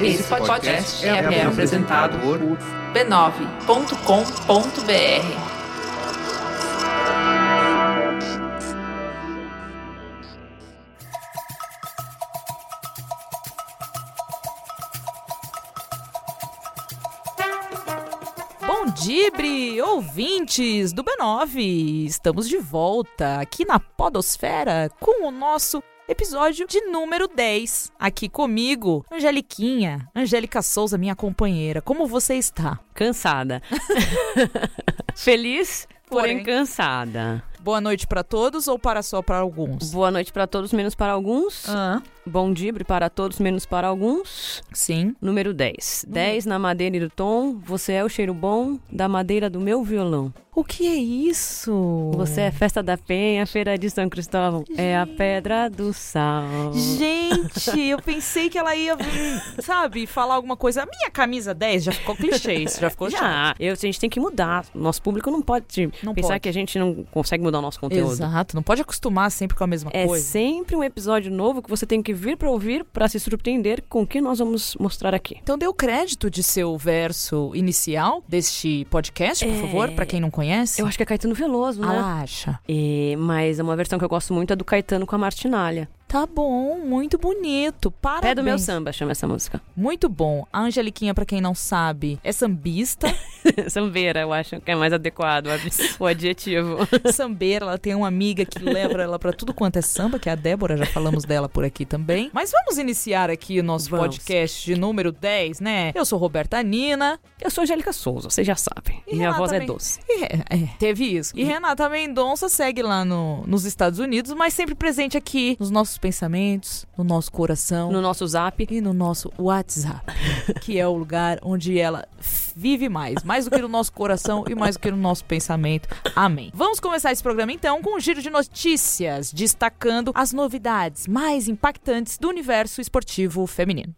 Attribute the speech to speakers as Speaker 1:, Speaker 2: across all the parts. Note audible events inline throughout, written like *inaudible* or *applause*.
Speaker 1: Esse podcast é apresentado por b9.com.br.
Speaker 2: Dibre, ouvintes do B9, estamos de volta aqui na Podosfera com o nosso episódio de número 10. Aqui comigo, Angeliquinha, Angélica Souza, minha companheira. Como você está?
Speaker 3: *laughs* Cansada. Feliz, porém,
Speaker 2: Porém.
Speaker 3: cansada.
Speaker 2: Boa noite para todos ou para só para alguns?
Speaker 3: Boa noite para todos, menos para alguns.
Speaker 2: Ah,
Speaker 3: Bom dibre para todos, menos para alguns.
Speaker 2: sim.
Speaker 3: Número 10.
Speaker 2: Hum.
Speaker 3: 10 na madeira e do tom. Você é o cheiro bom da madeira do meu violão.
Speaker 2: O que é isso?
Speaker 3: Você é festa da penha, feira de São Cristóvão. É a pedra do sal.
Speaker 2: Gente, eu pensei que ela ia, sabe, falar alguma coisa. A minha camisa 10 já ficou clichê, isso já ficou chato.
Speaker 3: *laughs* Já, eu, a gente tem que mudar. Nosso público não pode
Speaker 2: Não
Speaker 3: pensar
Speaker 2: pode.
Speaker 3: que a gente não consegue mudar o nosso conteúdo.
Speaker 2: Exato, não pode acostumar sempre com a mesma
Speaker 3: É
Speaker 2: coisa.
Speaker 3: sempre um episódio novo que você tem que vir pra ouvir pra se surpreender com o que nós vamos mostrar aqui.
Speaker 2: Então dê o crédito de seu verso inicial deste podcast, por
Speaker 3: É.
Speaker 2: favor, pra quem não conhece.
Speaker 3: Eu acho que é Caetano Veloso, né?
Speaker 2: Ela acha.
Speaker 3: É, mas uma versão que eu gosto muito é do Caetano com a Martinalha.
Speaker 2: Tá bom, muito bonito. Parabéns.
Speaker 3: Pé do meu samba chama essa música. *laughs*
Speaker 2: Muito bom. A Angeliquinha, pra quem não sabe, é sambista,
Speaker 3: Sambeira, eu acho que é mais adequado o ad- o adjetivo.
Speaker 2: sambeira. Ela tem uma amiga que leva ela pra tudo quanto é samba, que é a Débora, já falamos dela por aqui também. Mas vamos iniciar aqui o nosso
Speaker 3: Vamos.
Speaker 2: podcast de número 10, né? Eu sou Roberta Nina.
Speaker 3: *laughs* Eu sou Angélica Souza, vocês já sabem.
Speaker 2: E
Speaker 3: Minha
Speaker 2: Renata
Speaker 3: voz
Speaker 2: também.
Speaker 3: é doce.
Speaker 2: E, é, é, teve isso. E Renata Mendonça segue lá no- nos Estados Unidos, mas sempre presente aqui nos nossos pensamentos, no nosso coração
Speaker 3: Então, No nosso zap,
Speaker 2: e no nosso WhatsApp, *laughs* que é o lugar onde ela vive mais, mais do que no nosso coração e mais do que no nosso pensamento. Amém. Vamos começar esse programa então com um giro de notícias, destacando as novidades mais impactantes do universo esportivo feminino.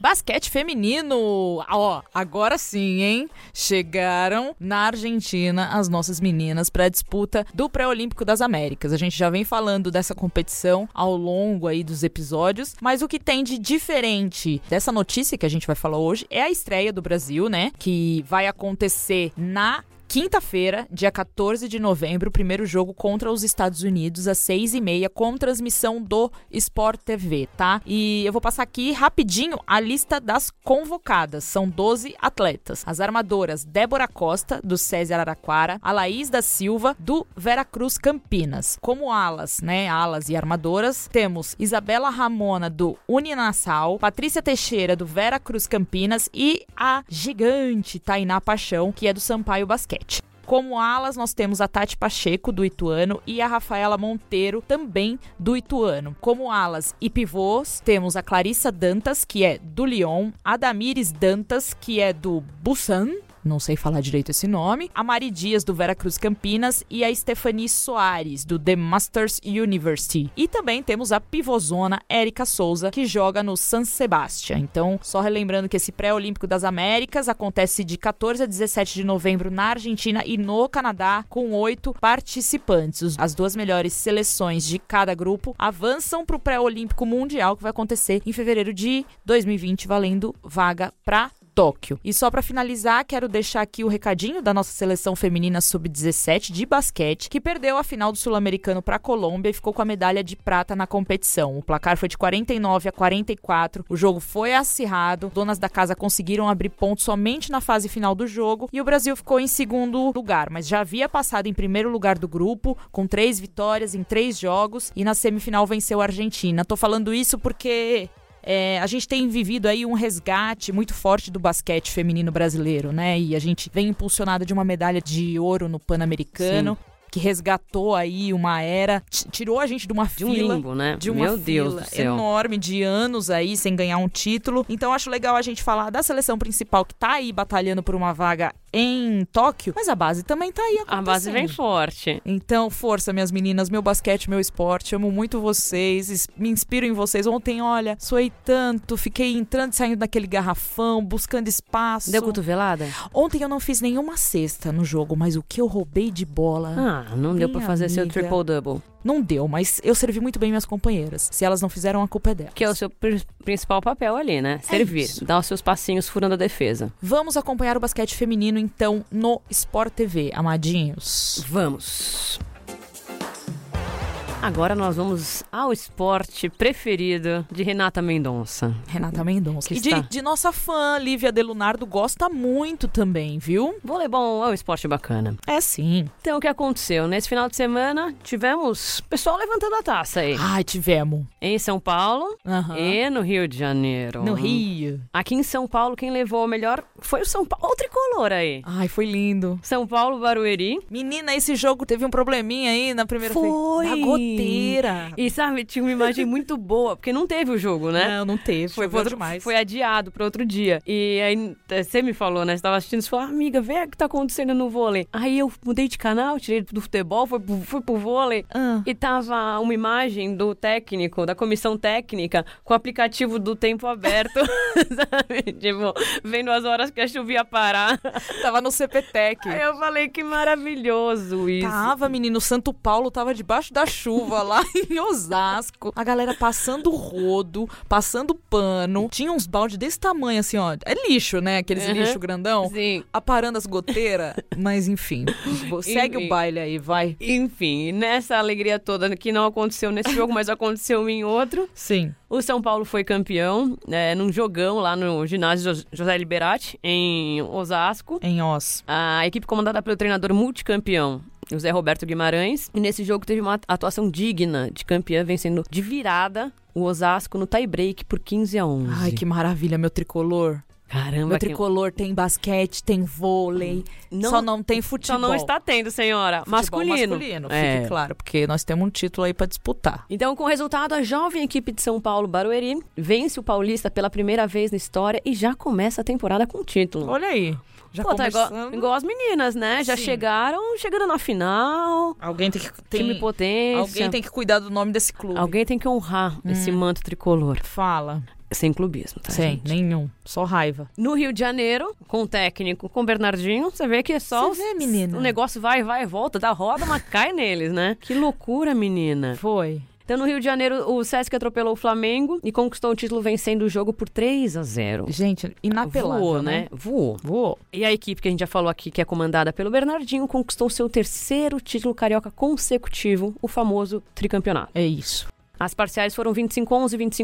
Speaker 2: Basquete feminino! Ah, Ó, agora sim, hein? Chegaram na Argentina as nossas meninas para a disputa do Pré-Olímpico das Américas. A gente já vem falando dessa competição ao longo aí dos episódios, mas o que tem de diferente dessa notícia que a gente vai falar hoje é a estreia do Brasil, né? Que vai acontecer na Quinta-feira, dia 14 de novembro, o primeiro jogo contra os Estados Unidos, às 6h30, com transmissão do Sport TV, tá? E eu vou passar aqui rapidinho a lista das convocadas. São 12 atletas. As armadoras Débora Costa, do SESI Araraquara, a Laís da Silva, do Veracruz Campinas. Como alas, né? Alas e armadoras, temos Isabela Ramona, do Uninassal, Patrícia Teixeira, do Veracruz Campinas e a gigante Tainá Paixão, que é do Sampaio Basquete. Como alas, nós temos a Tati Pacheco, do Ituano, e a Rafaela Monteiro, também do Ituano. Como alas e pivôs, temos a Clarissa Dantas, que é do Lyon, a Damires Dantas, que é do Busan, não sei falar direito esse nome, a Mari Dias, do Veracruz Campinas, e a Stephanie Soares, do The Masters University. E também temos a pivôzona Érica Souza, que joga no San Sebastian. Então, só relembrando que esse pré-olímpico das Américas acontece de 14 a 17 de novembro na Argentina e no Canadá, com oito participantes. Os- As duas melhores seleções de cada grupo avançam para o pré-olímpico mundial, que vai acontecer em fevereiro de 2020, valendo vaga para Tóquio. E só pra finalizar, quero deixar aqui o recadinho da nossa seleção feminina sub-17 de basquete, que perdeu a final do Sul-Americano pra Colômbia e ficou com a medalha de prata na competição. O placar foi de 49 a 44, o jogo foi acirrado, donas da casa conseguiram abrir pontos somente na fase final do jogo e o Brasil ficou em segundo lugar, mas já havia passado em primeiro lugar do grupo, com três vitórias em três jogos e na semifinal venceu a Argentina. Tô falando isso porque é, a gente tem vivido aí um resgate muito forte do basquete feminino brasileiro, né? E a gente vem impulsionada de uma medalha de ouro no Pan-Americano, que resgatou aí uma era, t- tirou a gente de uma
Speaker 3: de um
Speaker 2: fila.
Speaker 3: limbo, né?
Speaker 2: De uma
Speaker 3: Meu Deus
Speaker 2: fila
Speaker 3: do céu.
Speaker 2: enorme de anos aí sem ganhar um título. Então acho legal a gente falar da seleção principal que tá aí batalhando por uma vaga em Tóquio, mas a base também tá aí
Speaker 3: A
Speaker 2: acontecendo.
Speaker 3: base vem forte.
Speaker 2: Então, força, minhas meninas, meu basquete, meu esporte, amo muito vocês, es- me inspiro em vocês. Ontem, olha, suei tanto, fiquei entrando e saindo daquele garrafão, buscando espaço.
Speaker 3: Deu cotovelada?
Speaker 2: Ontem eu não fiz nenhuma cesta no jogo, mas o que eu roubei de bola
Speaker 3: Ah, não deu pra
Speaker 2: Minha
Speaker 3: fazer seu
Speaker 2: amiga.
Speaker 3: triple-double.
Speaker 2: não deu, mas eu servi muito bem minhas companheiras. Se elas não fizeram, a culpa é delas.
Speaker 3: Que é o seu pr- principal papel ali, né? Servir.
Speaker 2: isso.
Speaker 3: Dar os seus passinhos furando a defesa.
Speaker 2: Vamos acompanhar o basquete feminino, então, no Sport TV, amadinhos.
Speaker 3: Vamos. Agora nós vamos ao esporte preferido de Renata Mendonça.
Speaker 2: Renata Mendonça.
Speaker 3: Que
Speaker 2: E de,
Speaker 3: está.
Speaker 2: de nossa fã, Lívia Delunardo, gosta muito também, viu?
Speaker 3: Voleibol é um esporte bacana.
Speaker 2: É sim.
Speaker 3: Então, o que aconteceu? Nesse final de semana, tivemos pessoal levantando a taça aí.
Speaker 2: Ai, tivemos.
Speaker 3: Em São Paulo
Speaker 2: Aham.
Speaker 3: e no Rio de Janeiro.
Speaker 2: No Rio.
Speaker 3: Aqui em São Paulo, quem levou o melhor foi o São Paulo. O tricolor aí.
Speaker 2: Ai, foi lindo.
Speaker 3: São Paulo Barueri.
Speaker 2: Menina, esse jogo teve um probleminha aí na primeira fe-
Speaker 3: Foi.
Speaker 2: Na goteira.
Speaker 3: E sabe, tinha uma imagem muito boa, porque não teve o jogo, né?
Speaker 2: Não, não teve. Foi bom
Speaker 3: outro-
Speaker 2: demais.
Speaker 3: Foi adiado para outro dia. E aí eh, você me falou, né? Você tava assistindo, você falou, amiga, vê o que tá acontecendo no vôlei. Aí eu mudei de canal, tirei do futebol, fui pro, fui pro vôlei.
Speaker 2: Ah.
Speaker 3: E tava uma imagem do técnico, da comissão técnica, com o aplicativo do tempo aberto, *laughs* sabe? Tipo, vendo as horas que a chuva ia parar.
Speaker 2: Tava no CPTEC.
Speaker 3: Aí eu falei, que maravilhoso isso.
Speaker 2: Tava, menino. Santo Paulo tava debaixo da chuva lá *laughs* em Osasco. A galera passando rodo, passando pano. Tinha uns balde desse tamanho, assim, ó. É lixo, né? Aqueles
Speaker 3: Uhum.
Speaker 2: lixo grandão.
Speaker 3: Sim.
Speaker 2: Aparando as goteiras. Mas *laughs* enfim. Vo- Segue o baile aí, vai.
Speaker 3: Enfim, nessa alegria toda que não aconteceu nesse jogo, mas aconteceu em outro.
Speaker 2: Sim.
Speaker 3: O São Paulo foi campeão né, num jogão lá no ginásio Jo- José Liberati, em Osasco.
Speaker 2: Em Os.
Speaker 3: A equipe comandada pelo treinador multicampeão. O Zé Roberto Guimarães. E nesse jogo teve uma atuação digna de campeã, vencendo de virada o Osasco no tie-break por 15 a 11.
Speaker 2: Ai, que maravilha, meu tricolor.
Speaker 3: caramba.
Speaker 2: Meu
Speaker 3: que-
Speaker 2: tricolor tem basquete, tem vôlei,
Speaker 3: Não-
Speaker 2: só não tem
Speaker 3: Só
Speaker 2: futebol.
Speaker 3: não está tendo, senhora.
Speaker 2: Futebol
Speaker 3: masculino.
Speaker 2: masculino,
Speaker 3: É.
Speaker 2: fique claro, porque nós temos um título aí pra disputar.
Speaker 3: Então, com o resultado, a jovem equipe de São Paulo, Barueri, vence o Paulista pela primeira vez na história e já começa a temporada com título.
Speaker 2: Olha aí, já
Speaker 3: Pô, tá igual,
Speaker 2: começando.
Speaker 3: igual as meninas, né? Já
Speaker 2: Sim.
Speaker 3: chegaram, chegando na final.
Speaker 2: Alguém tem que
Speaker 3: time potência.
Speaker 2: alguém tem que Hum. cuidar do nome desse clube.
Speaker 3: Alguém tem que honrar esse manto tricolor.
Speaker 2: Fala.
Speaker 3: Sem clubismo, tá?
Speaker 2: Sem,
Speaker 3: gente?
Speaker 2: nenhum. Só raiva.
Speaker 3: No Rio de Janeiro, com o técnico, com o Bernardinho, você vê que é só.
Speaker 2: Você
Speaker 3: os-
Speaker 2: vê, menina?
Speaker 3: O negócio vai, vai, volta, dá roda, mas *laughs* cai neles, né? Que loucura, menina.
Speaker 2: Foi.
Speaker 3: Então, no Rio de Janeiro, o Sesc atropelou o Flamengo e conquistou o título vencendo o jogo por 3 a 0
Speaker 2: Gente, inapelável,
Speaker 3: Voou, né? Voou.
Speaker 2: Voou.
Speaker 3: E a equipe que a gente já falou aqui, que é comandada pelo Bernardinho, conquistou seu terceiro título carioca consecutivo, o famoso tricampeonato.
Speaker 2: É isso.
Speaker 3: As parciais foram 25-11,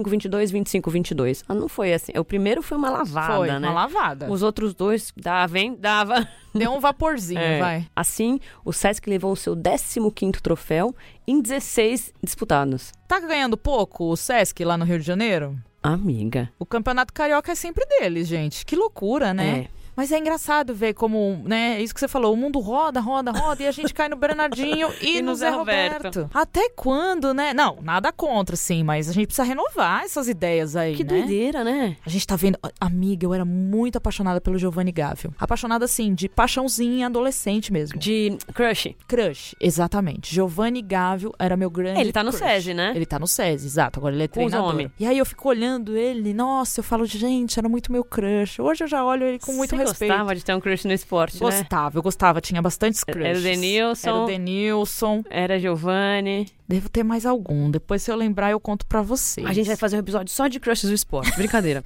Speaker 3: 25-22, 25-22. Ah, não foi assim. O primeiro foi uma lavada,
Speaker 2: Foi,
Speaker 3: né?
Speaker 2: uma lavada.
Speaker 3: Os outros dois dava, hein? Dava.
Speaker 2: Deu um vaporzinho,
Speaker 3: É.
Speaker 2: vai.
Speaker 3: Assim, o Sesc levou o seu 15º troféu em 16 disputados.
Speaker 2: Tá ganhando pouco o Sesc lá no Rio de Janeiro?
Speaker 3: Amiga.
Speaker 2: O campeonato carioca é sempre deles, gente. Que loucura, né?
Speaker 3: É.
Speaker 2: Mas é engraçado ver como, né? é Isso que você falou, o mundo roda, roda, roda e a gente cai no
Speaker 3: *laughs*
Speaker 2: Bernardinho e,
Speaker 3: E
Speaker 2: no Zé Roberto. Até quando, né? Não, nada contra, sim, mas a gente precisa renovar essas ideias aí,
Speaker 3: Que
Speaker 2: né?
Speaker 3: doideira, né?
Speaker 2: A gente tá vendo. Amiga, eu era muito apaixonada pelo Giovanni Gávio. Apaixonada, assim, de paixãozinha adolescente mesmo.
Speaker 3: De crush.
Speaker 2: Crush, exatamente. Giovanni Gávio era meu grande.
Speaker 3: Ele tá no
Speaker 2: crush.
Speaker 3: SESI, né?
Speaker 2: Ele tá no SESI, exato. Agora ele é
Speaker 3: Com os
Speaker 2: treinador.
Speaker 3: homens.
Speaker 2: E aí eu fico olhando ele, nossa, eu falo, gente, era muito meu crush. Hoje eu já olho ele com muito
Speaker 3: Você
Speaker 2: respeito.
Speaker 3: gostava de ter um crush no esporte, né?
Speaker 2: Gostava, eu gostava, tinha bastantes crushes.
Speaker 3: Era o Denilson.
Speaker 2: Era o Denilson.
Speaker 3: Era Giovanni.
Speaker 2: Devo ter mais algum. Depois, se eu lembrar, eu conto pra vocês.
Speaker 3: A gente vai fazer um episódio só de crushes do esporte. Brincadeira.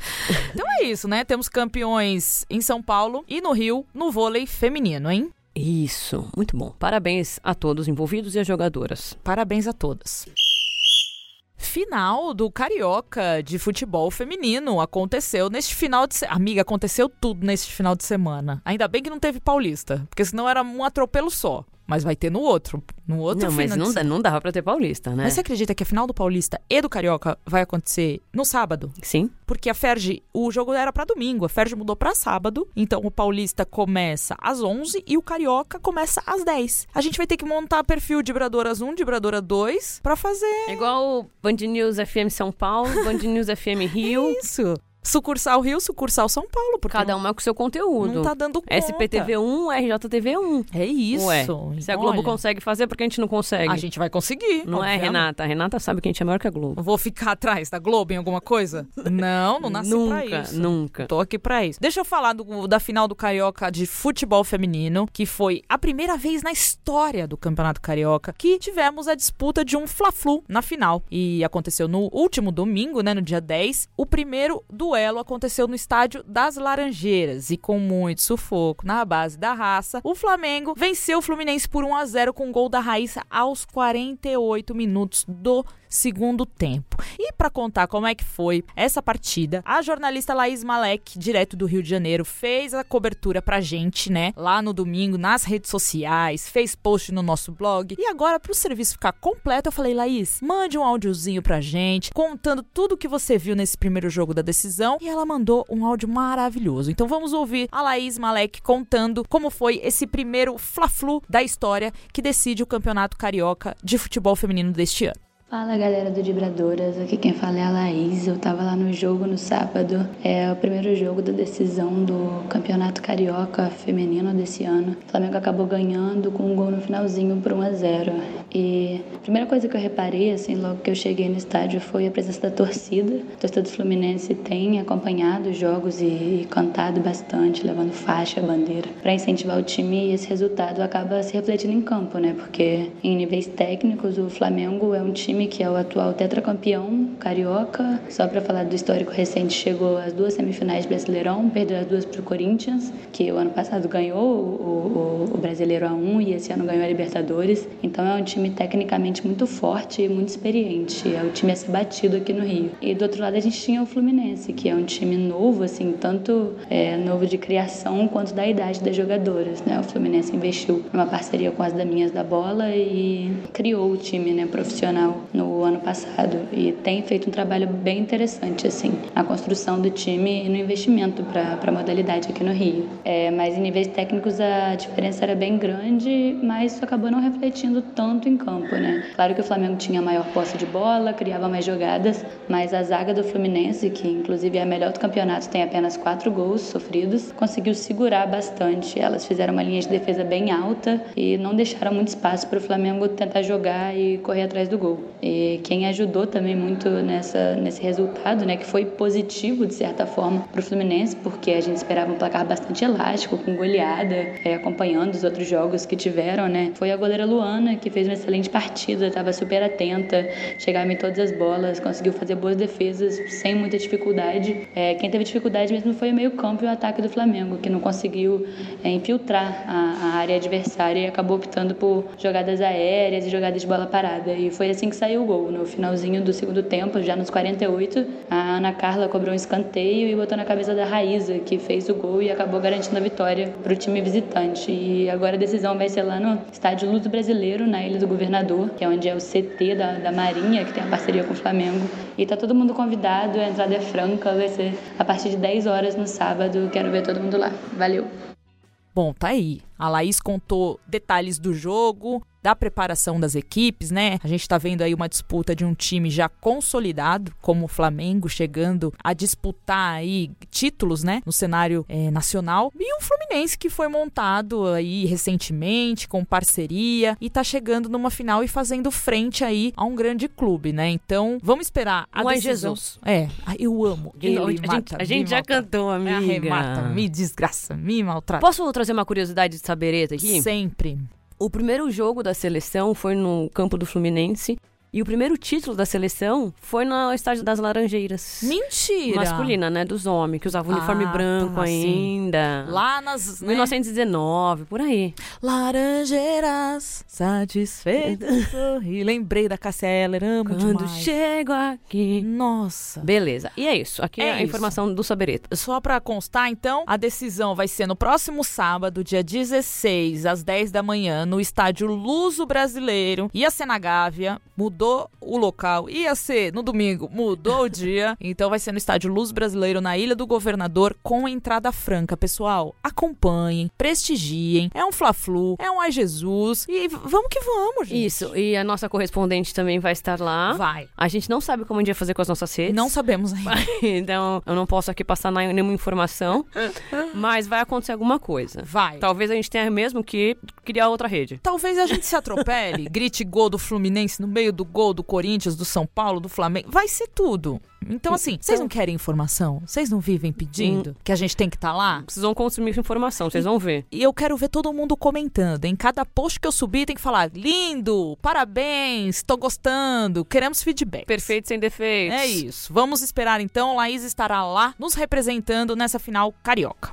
Speaker 2: Então é isso, né? Temos campeões em São Paulo e no Rio, no vôlei feminino, hein?
Speaker 3: *laughs* Isso, muito bom. Parabéns a todos envolvidos e as jogadoras.
Speaker 2: Parabéns a todas. Final do Carioca de futebol feminino aconteceu neste final de se... Amiga, aconteceu tudo neste final de semana. Ainda bem que não teve paulista, porque senão era um atropelo só. Mas vai ter no outro. No outro
Speaker 3: não,
Speaker 2: final
Speaker 3: mas
Speaker 2: de
Speaker 3: não,
Speaker 2: se-
Speaker 3: dá- não dava pra ter paulista, né?
Speaker 2: Mas é você acredita que a final do Paulista e do Carioca vai acontecer no sábado?
Speaker 3: Sim.
Speaker 2: Porque a Ferge, o jogo era pra domingo, a Ferge mudou pra sábado, então o Paulista começa às 11 e o Carioca começa às 10. A gente vai ter que montar perfil de Bradoras 1, de Bradora 2 pra fazer
Speaker 3: *laughs* É igual o Band News FM São Paulo, Band News FM Rio.
Speaker 2: isso. Sucursal Rio, sucursal São Paulo, porque
Speaker 3: Cada uma com seu
Speaker 2: não,
Speaker 3: conteúdo.
Speaker 2: não tá dando conta.
Speaker 3: SPTV1, RJTV1.
Speaker 2: É isso.
Speaker 3: Ué, se a Globo
Speaker 2: Olha,
Speaker 3: consegue fazer, por que a gente não consegue?
Speaker 2: A gente um vai conseguir.
Speaker 3: Não é,
Speaker 2: obviamente.
Speaker 3: Renata. A Renata sabe que a gente é maior que a Globo.
Speaker 2: Vou ficar *laughs* atrás da Globo em alguma coisa? Não, não nasci
Speaker 3: nunca,
Speaker 2: pra isso.
Speaker 3: nunca.
Speaker 2: Tô aqui pra isso. Deixa eu falar do- da final do Carioca de futebol feminino, que foi a primeira vez na história do Campeonato Carioca que tivemos a disputa de um Fla-Flu na final. E aconteceu no último domingo, né, no dia 10. O primeiro duelo aconteceu no estádio das Laranjeiras e com muito sufoco na base da raça, o Flamengo venceu o Fluminense por 1 a 0 com um gol da Raíssa aos 48 minutos do segundo tempo. E pra contar como é que foi essa partida, a jornalista Laís Malek, direto do Rio de Janeiro, fez a cobertura pra gente, né? Lá no domingo, nas redes sociais, fez post no nosso blog. E agora, pro serviço ficar completo, eu falei, Laís, mande um áudiozinho pra gente, contando tudo que você viu nesse primeiro jogo da decisão. E ela mandou um áudio maravilhoso. Então vamos ouvir a Laís Malek contando como foi esse primeiro Fla-Flu da história que decide o Campeonato Carioca de Futebol Feminino deste ano.
Speaker 4: Fala galera do Dibradoras, aqui quem fala é a Laís. Eu tava lá no jogo no sábado, é o primeiro jogo da decisão do Campeonato Carioca Feminino desse ano. O Flamengo acabou ganhando com um gol no finalzinho por 1 a 0. E a primeira coisa que eu reparei, assim, logo que eu cheguei no estádio foi a presença da torcida. A torcida do Fluminense tem acompanhado os jogos e, e cantado bastante, levando faixa, bandeira, para incentivar o time e esse resultado acaba se refletindo em campo, né? Porque em níveis técnicos, o Flamengo é um time que é o atual tetracampeão carioca. Só para falar do histórico recente, chegou às duas semifinais do Brasileirão, perdeu as duas pro Corinthians, que o ano passado ganhou o, o- o Brasileiro A1 e esse ano ganhou a Libertadores. Então é um time tecnicamente muito forte e muito experiente. É o time a ser batido aqui no Rio. E do outro lado a gente tinha o Fluminense, que é um time novo, assim, tanto é, novo de criação quanto da idade das jogadoras, né? O Fluminense investiu numa parceria com as Daminhas da Bola e criou o time, né, profissional no ano passado e tem feito um trabalho bem interessante, assim, na construção do time e no investimento para a modalidade aqui no Rio. É, mas em níveis técnicos a diferença era bem grande, mas isso acabou não refletindo tanto em campo, né? Claro que o Flamengo tinha maior posse de bola, criava mais jogadas, mas a zaga do Fluminense, que inclusive é a melhor do campeonato, tem apenas quatro gols sofridos, conseguiu segurar bastante. Elas fizeram uma linha de defesa bem alta e não deixaram muito espaço para o Flamengo tentar jogar e correr atrás do gol. E quem ajudou também muito nessa, nesse resultado, né, que foi positivo de certa forma para o Fluminense, porque a gente esperava um placar bastante elástico, com goleada, é, acompanhando os outros jogos que tiveram, né? Foi a goleira Luana que fez uma excelente partida, estava super atenta, chegava em todas as bolas, conseguiu fazer boas defesas sem muita dificuldade. É, quem teve dificuldade mesmo foi o meio-campo e o ataque do Flamengo, que não conseguiu é, infiltrar a, a área adversária e acabou optando por jogadas aéreas e jogadas de bola parada. E foi assim que saiu o gol. No finalzinho do segundo tempo, já nos 48, a Ana Carla cobrou um escanteio e botou na cabeça da Raíza, que fez o gol e acabou garantindo a vitória para o time visitante. E agora a decisão vai ser lá no estádio Luto Brasileiro, na Ilha do Governador, que é onde é o CT da, da Marinha, que tem a parceria com o Flamengo. E tá todo mundo convidado, a entrada é franca, vai ser a partir de 10 horas no sábado. Quero ver todo mundo lá. Valeu!
Speaker 2: Bom, tá aí. A Laís contou detalhes do jogo, da preparação das equipes, né? A gente tá vendo aí uma disputa de um time já consolidado, como o Flamengo, chegando a disputar aí títulos, né? No cenário eh, nacional. E um Fluminense que foi montado aí recentemente, com parceria, e tá chegando numa final e fazendo frente aí a um grande clube, né? Então, vamos esperar a
Speaker 3: Juan
Speaker 2: decisão.
Speaker 3: Um Jesus.
Speaker 2: É, ah, eu amo.
Speaker 3: De
Speaker 2: Ele
Speaker 3: novo, a gente-
Speaker 2: mata,
Speaker 3: a gente
Speaker 2: me
Speaker 3: já
Speaker 2: maltrata.
Speaker 3: cantou,
Speaker 2: Me
Speaker 3: amiga.
Speaker 2: arremata, me desgraça, me maltrata.
Speaker 3: Posso trazer uma curiosidade de sabereta aqui?
Speaker 2: Sempre.
Speaker 3: O primeiro jogo da seleção foi no campo do Fluminense. E o primeiro título da seleção foi no estádio das Laranjeiras.
Speaker 2: Mentira!
Speaker 3: Masculina, né? Dos homens, que usava o uniforme
Speaker 2: Ah,
Speaker 3: branco
Speaker 2: tá, sim.
Speaker 3: ainda.
Speaker 2: Lá nas. Né?
Speaker 3: 1919, por aí.
Speaker 2: Laranjeiras, satisfeita, *laughs* sorri. Lembrei da Cássia Eller, amo
Speaker 3: Quando
Speaker 2: demais.
Speaker 3: chego aqui.
Speaker 2: Nossa.
Speaker 3: Beleza. E é isso. Aqui
Speaker 2: É
Speaker 3: é a
Speaker 2: isso.
Speaker 3: informação do Sabereta.
Speaker 2: Só pra constar, então, a decisão vai ser no próximo sábado, dia 16, às 10 da manhã, no estádio Luso Brasileiro. E a Senagávia mudou mudou o local. Ia ser no domingo, mudou o dia. Então vai ser no estádio Luz Brasileiro, na Ilha do Governador, com entrada franca. Pessoal, acompanhem, prestigiem. É um Fla-Flu, é um Ai Jesus. E v- vamos que vamos, gente.
Speaker 3: Isso, e a nossa correspondente também vai estar lá.
Speaker 2: Vai.
Speaker 3: A gente não sabe como a gente vai fazer com as nossas redes. *laughs*
Speaker 2: Não sabemos ainda.
Speaker 3: Então, eu não posso aqui passar na- nenhuma
Speaker 2: *laughs*
Speaker 3: informação. mas vai acontecer alguma coisa.
Speaker 2: Vai.
Speaker 3: Talvez a gente tenha mesmo que criar outra rede.
Speaker 2: Talvez a gente se atropele, grite gol do Fluminense no meio do gol do Corinthians, do São Paulo, do Flamengo. Vai ser tudo. Então, assim, vocês não querem informação? Vocês não vivem pedindo que a gente tem que estar lá?
Speaker 3: Precisam consumir informação, vocês vão ver.
Speaker 2: E eu quero ver todo mundo comentando. Em cada post que eu subir, tem que falar: lindo, parabéns, tô gostando, queremos feedback.
Speaker 3: Perfeito sem defeitos.
Speaker 2: É isso. Vamos esperar então. Laís estará lá nos representando nessa final carioca.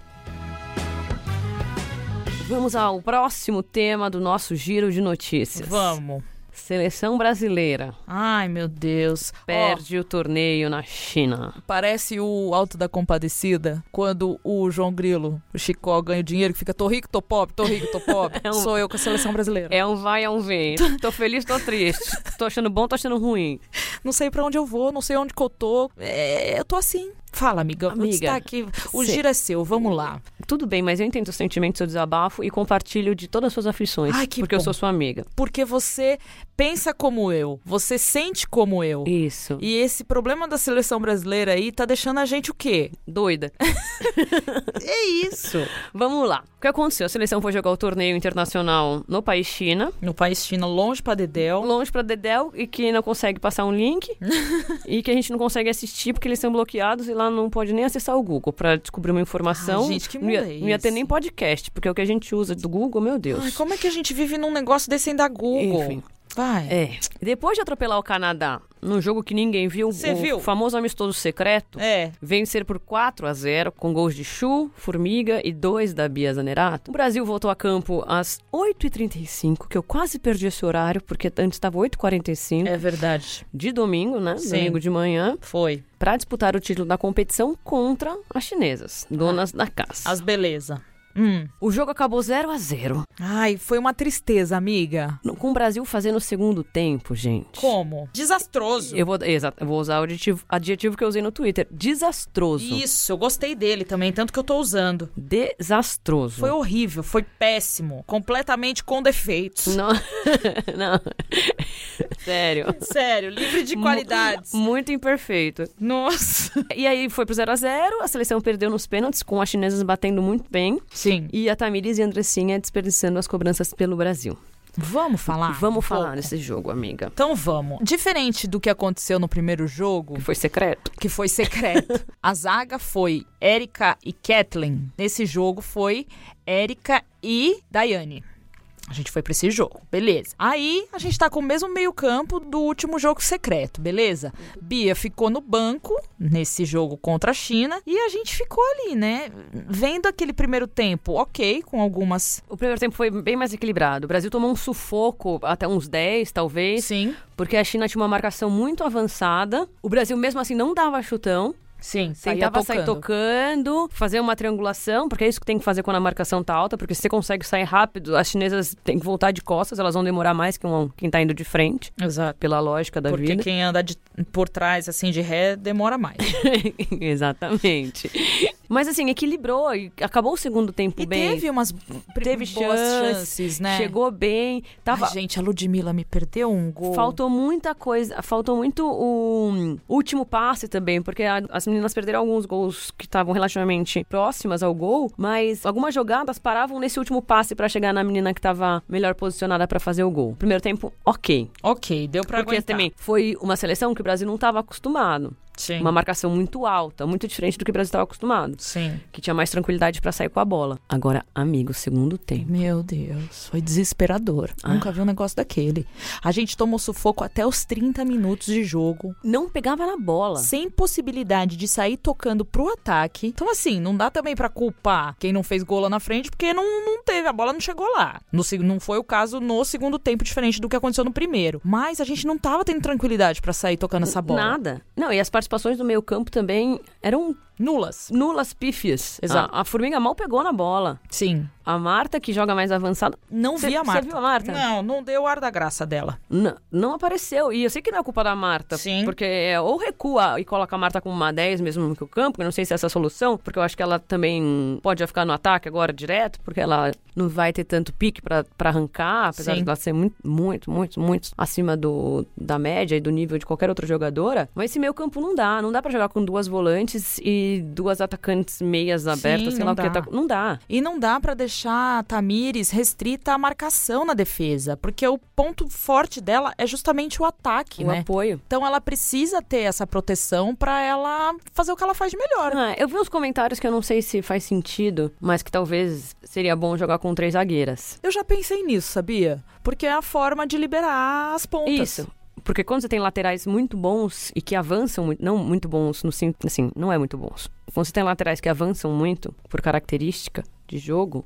Speaker 3: Vamos ao próximo tema do nosso giro de notícias.
Speaker 2: Vamos.
Speaker 3: Seleção brasileira
Speaker 2: Ai, meu Deus. Ó,
Speaker 3: perde o torneio na China.
Speaker 2: Parece o Alto da Compadecida, quando o João Grilo, o Chicó, ganha o dinheiro que fica tô rico, tô pobre, tô rico, tô pobre.
Speaker 3: *laughs* É um-
Speaker 2: Sou eu com a seleção brasileira.
Speaker 3: É um vai, é
Speaker 2: *laughs*
Speaker 3: um vem. Tô feliz, tô triste. Tô achando bom, tô achando ruim.
Speaker 2: Não sei pra onde eu vou, não sei onde que eu tô. É, eu tô assim. Fala, amiga.
Speaker 3: Amiga,
Speaker 2: está aqui. O
Speaker 3: cê-
Speaker 2: giro é seu, vamos lá.
Speaker 3: Tudo bem, mas eu entendo seu sentimento, seu desabafo e compartilho de todas as suas aflições.
Speaker 2: Ai, que
Speaker 3: porque eu
Speaker 2: bom.
Speaker 3: sou sua amiga.
Speaker 2: Porque você pensa como eu, você sente como eu. E...
Speaker 3: Isso.
Speaker 2: esse problema da seleção brasileira aí tá deixando a gente o quê?
Speaker 3: Doida. *laughs*
Speaker 2: É isso.
Speaker 3: Vamos lá. O que aconteceu? A seleção foi jogar o torneio internacional no país China,
Speaker 2: No país China, longe pra Dedéu.
Speaker 3: longe pra Dedel, e que não consegue passar um
Speaker 2: *laughs*
Speaker 3: link, e que a gente não consegue assistir porque eles são bloqueados e lá não pode nem acessar o Google pra descobrir uma informação.
Speaker 2: Ai, gente, que
Speaker 3: não, ia,
Speaker 2: mundo é
Speaker 3: não ia ter
Speaker 2: esse?
Speaker 3: nem podcast, porque é o que a gente usa do Google, meu Deus.
Speaker 2: Ai, como é que a gente vive num negócio desse ainda Google?
Speaker 3: Enfim.
Speaker 2: Vai.
Speaker 3: É. Depois de atropelar o Canadá num jogo que ninguém viu,
Speaker 2: Cê
Speaker 3: o
Speaker 2: viu?
Speaker 3: famoso amistoso secreto,
Speaker 2: É.
Speaker 3: vencer por 4 a 0 com gols de Chu, Formiga e dois da Bia Zanerato. O Brasil voltou a campo às 8h35, que eu quase perdi esse horário, porque antes estava 8h45
Speaker 2: É verdade.
Speaker 3: de domingo, né?
Speaker 2: Sim.
Speaker 3: Domingo de manhã,
Speaker 2: Foi.
Speaker 3: para disputar o título da competição contra as chinesas, donas da casa.
Speaker 2: As beleza. Hum.
Speaker 3: O jogo acabou 0 a 0
Speaker 2: Ai, foi uma tristeza, amiga.
Speaker 3: com o Brasil fazendo o segundo tempo, gente.
Speaker 2: Como? Desastroso.
Speaker 3: Eu vou, exato, eu vou usar o adjetivo, adjetivo que eu usei no Twitter. Desastroso.
Speaker 2: Isso, eu gostei dele também, tanto que eu tô usando.
Speaker 3: Desastroso.
Speaker 2: Foi horrível, foi péssimo, completamente com defeitos.
Speaker 3: Não. Não. *laughs* Sério.
Speaker 2: Sério, livre de qualidades.
Speaker 3: Muito imperfeito.
Speaker 2: Nossa.
Speaker 3: E aí foi pro 0 a 0 a seleção perdeu nos pênaltis, com as chinesas batendo muito bem.
Speaker 2: Sim.
Speaker 3: E a Tamires e a Andressinha desperdiçando as cobranças pelo Brasil.
Speaker 2: Vamos falar?
Speaker 3: Vamos
Speaker 2: um
Speaker 3: falar
Speaker 2: pouco?
Speaker 3: desse jogo, amiga.
Speaker 2: Então vamos. Diferente do que aconteceu no primeiro jogo,
Speaker 3: Que foi secreto.
Speaker 2: que foi *laughs* secreto. A zaga foi Érica e Kathleen. Nesse jogo foi Érica e Daiane. A gente foi pra esse jogo, beleza. Aí a gente tá com o mesmo meio-campo do último jogo secreto, beleza? Bia ficou no banco nesse jogo contra a China e a gente ficou ali, né? Vendo aquele primeiro tempo, ok, com algumas.
Speaker 3: O primeiro tempo foi bem mais equilibrado. O Brasil tomou um sufoco, até uns 10, talvez.
Speaker 2: Sim,
Speaker 3: Porque a China tinha uma marcação muito avançada. O Brasil, mesmo assim, não dava chutão.
Speaker 2: sim,
Speaker 3: Tentava sair tocando, fazer uma triangulação, porque é isso que tem que fazer quando a marcação tá alta, porque se você consegue sair rápido, as chinesas têm que voltar de costas, elas vão demorar mais que um- quem tá indo de frente,
Speaker 2: Exato.
Speaker 3: pela lógica da
Speaker 2: Porque
Speaker 3: vida.
Speaker 2: quem anda de- por trás, assim, de ré, demora mais.
Speaker 3: *laughs* Exatamente. Mas assim, equilibrou e acabou o segundo tempo
Speaker 2: E
Speaker 3: bem.
Speaker 2: teve umas pri-
Speaker 3: Teve
Speaker 2: boas
Speaker 3: chance,
Speaker 2: chances, né?
Speaker 3: Chegou bem,
Speaker 2: Ai,
Speaker 3: tava
Speaker 2: gente, a Ludmilla me perdeu um gol.
Speaker 3: Faltou muita coisa, faltou muito o último passe também, porque a- as meninas perderam alguns gols que estavam relativamente próximas ao gol, mas algumas jogadas paravam nesse último passe pra chegar na menina que tava melhor posicionada pra fazer o gol. Primeiro tempo, ok.
Speaker 2: Ok, deu pra
Speaker 3: Porque
Speaker 2: aguentar.
Speaker 3: também foi uma seleção que o Brasil não estava acostumado.
Speaker 2: Sim.
Speaker 3: Uma marcação muito alta, muito diferente do que o Brasil estava acostumado.
Speaker 2: Sim.
Speaker 3: Que tinha mais tranquilidade pra sair com a bola. Agora, amigo, segundo tempo.
Speaker 2: Meu Deus, foi desesperador.
Speaker 3: Ah.
Speaker 2: Nunca vi um negócio daquele. A gente tomou sufoco até os 30 minutos de jogo,
Speaker 3: Não pegava na bola.
Speaker 2: sem possibilidade de sair tocando pro ataque. Então, assim, não dá também pra culpar quem não fez gol lá na frente, porque não, não teve, a bola não chegou lá. No, seg- não foi o caso no segundo tempo, diferente do que aconteceu no primeiro. Mas a gente não tava tendo tranquilidade pra sair tocando essa bola.
Speaker 3: Nada. Não, e as participações do meio campo também eram
Speaker 2: Nulas.
Speaker 3: Nulas pífias.
Speaker 2: Exato.
Speaker 3: A, a formiga mal pegou na bola.
Speaker 2: Sim.
Speaker 3: A Marta, que joga mais avançada,
Speaker 2: Não
Speaker 3: Cê-
Speaker 2: vi a
Speaker 3: cê
Speaker 2: Marta.
Speaker 3: viu a Marta?
Speaker 2: Não, não deu ar da graça dela.
Speaker 3: n- não apareceu. E eu sei que não é culpa da Marta.
Speaker 2: Sim.
Speaker 3: Porque é, ou recua e coloca a Marta como uma 10 mesmo que o campo, que eu não sei se é essa a solução, porque eu acho que ela também pode já ficar no ataque agora direto, porque ela não vai ter tanto pique pra, pra arrancar, apesar
Speaker 2: Sim.
Speaker 3: de ela ser muito, muito, muito, muito acima do, da média e do nível de qualquer outra jogadora. Mas esse meio campo não dá. Não dá pra jogar com duas volantes e duas atacantes meias abertas, sei
Speaker 2: não
Speaker 3: lá o que.
Speaker 2: dá.
Speaker 3: ataca- Não dá.
Speaker 2: E não dá pra deixar a Tamires restrita à marcação na defesa, porque o ponto forte dela é justamente o ataque,
Speaker 3: o
Speaker 2: né?
Speaker 3: apoio.
Speaker 2: Então ela precisa ter essa proteção pra ela fazer o que ela faz de melhor.
Speaker 3: Ah, eu vi uns comentários que eu não sei se faz sentido, mas que talvez seria bom jogar com três zagueiras.
Speaker 2: Eu já pensei nisso, sabia? Porque é a forma de liberar as pontas.
Speaker 3: Isso. Porque quando você tem laterais muito bons e que avançam muito, não muito bons no sen- assim, não é muito bons. Quando você tem laterais que avançam muito por característica de jogo,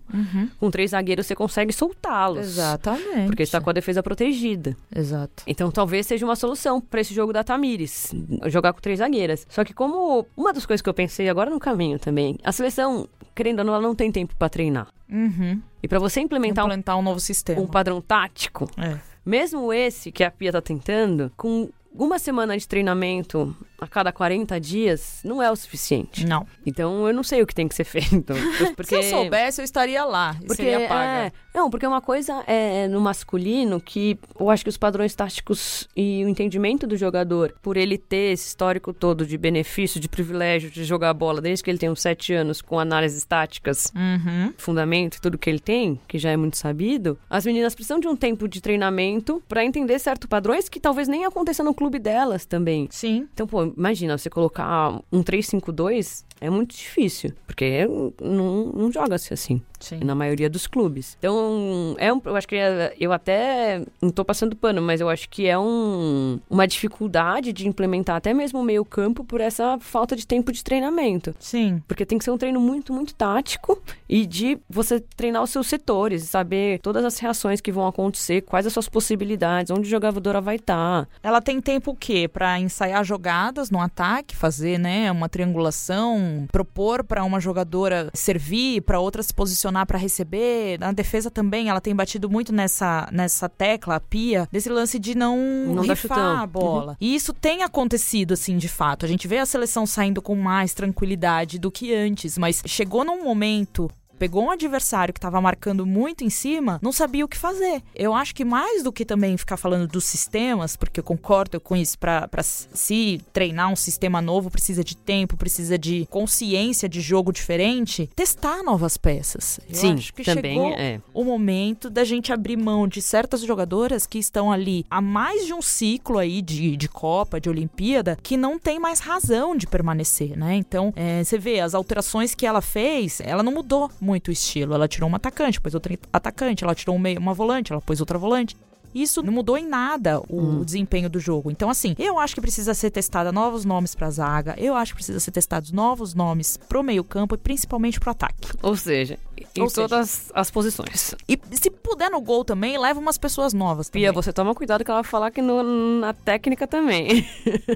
Speaker 3: com três zagueiros você consegue soltá-los.
Speaker 2: Exatamente.
Speaker 3: Porque tá está com a defesa protegida.
Speaker 2: Exato.
Speaker 3: Então talvez seja uma solução pra esse jogo da Tamires, jogar com três zagueiras. Só que como uma das coisas que eu pensei agora no caminho também, a seleção, querendo ou não, ela não tem tempo pra treinar.
Speaker 2: Uhum.
Speaker 3: E pra você implementar
Speaker 2: Implementar
Speaker 3: um,
Speaker 2: um novo sistema.
Speaker 3: um padrão tático,
Speaker 2: É.
Speaker 3: mesmo esse que a Pia tá tentando, com uma semana de treinamento a cada 40 dias, não é o suficiente.
Speaker 2: Não.
Speaker 3: Então eu não sei o que tem que ser *laughs* feito.
Speaker 2: Hum. Se
Speaker 3: Porque...
Speaker 2: eu soubesse, eu estaria lá. E
Speaker 3: Porque
Speaker 2: seria paga.
Speaker 3: é, não, porque uma coisa é no masculino que eu acho que os padrões táticos e o entendimento do jogador, por ele ter esse histórico todo de benefício, de privilégio de jogar bola desde que ele tem uns 7 anos com análises táticas
Speaker 2: Uhum.
Speaker 3: fundamento e tudo que ele tem, que já é muito sabido, as meninas precisam de um tempo de treinamento pra entender certos padrões que talvez nem aconteça no clube delas também.
Speaker 2: Sim.
Speaker 3: Então, pô, imagina, você colocar um 3-5-2 é muito difícil, porque não, não joga-se assim
Speaker 2: Sim.
Speaker 3: na maioria dos clubes. Então, é um, eu acho que é- eu até não tô passando pano, mas eu acho que é um, uma dificuldade de implementar até mesmo o meio campo por essa falta de tempo de treinamento.
Speaker 2: Sim.
Speaker 3: Porque tem que ser um treino muito, muito tático e de você treinar os seus setores, saber todas as reações que vão acontecer, quais as suas possibilidades, onde a jogadora vai tá. estar.
Speaker 2: Ela tem tempo o quê? Pra ensaiar jogadas no ataque, fazer, né, uma triangulação, propor pra uma jogadora servir, pra outra se posicionar pra receber. Na defesa também, ela tem batido muito nessa, nessa tecla, a pia, desse lance de não,
Speaker 3: Não dar chutão.
Speaker 2: rifar a bola. E isso tem acontecido, assim, de fato. A gente vê a seleção saindo com mais tranquilidade do que antes, mas chegou num momento pegou um adversário que estava marcando muito em cima, não sabia o que fazer. Eu acho que mais do que também ficar falando dos sistemas, porque eu concordo com isso, para se treinar um sistema novo precisa de tempo, precisa de consciência de jogo diferente, testar novas peças. Eu acho que chegou
Speaker 3: é.
Speaker 2: o momento da gente abrir mão de certas jogadoras que estão ali há mais de um ciclo aí de, de Copa, de Olimpíada, que não tem mais razão de permanecer, né? Então, é, você vê, as alterações que ela fez, ela não mudou muito o estilo. Ela tirou uma atacante, pôs outra atacante, ela tirou um meio- uma volante, ela pôs outra volante. Isso não mudou em nada o desempenho do jogo. Então, assim, eu acho que precisa ser testada novos nomes pra zaga, eu acho que precisa ser testados novos nomes pro meio-campo e principalmente pro ataque.
Speaker 3: Ou seja, em
Speaker 2: Ou seja-
Speaker 3: todas as posições.
Speaker 2: E se puder no gol também, leva umas pessoas novas.
Speaker 3: Pia,
Speaker 2: Também.
Speaker 3: você toma cuidado que ela vai falar que no- na técnica também.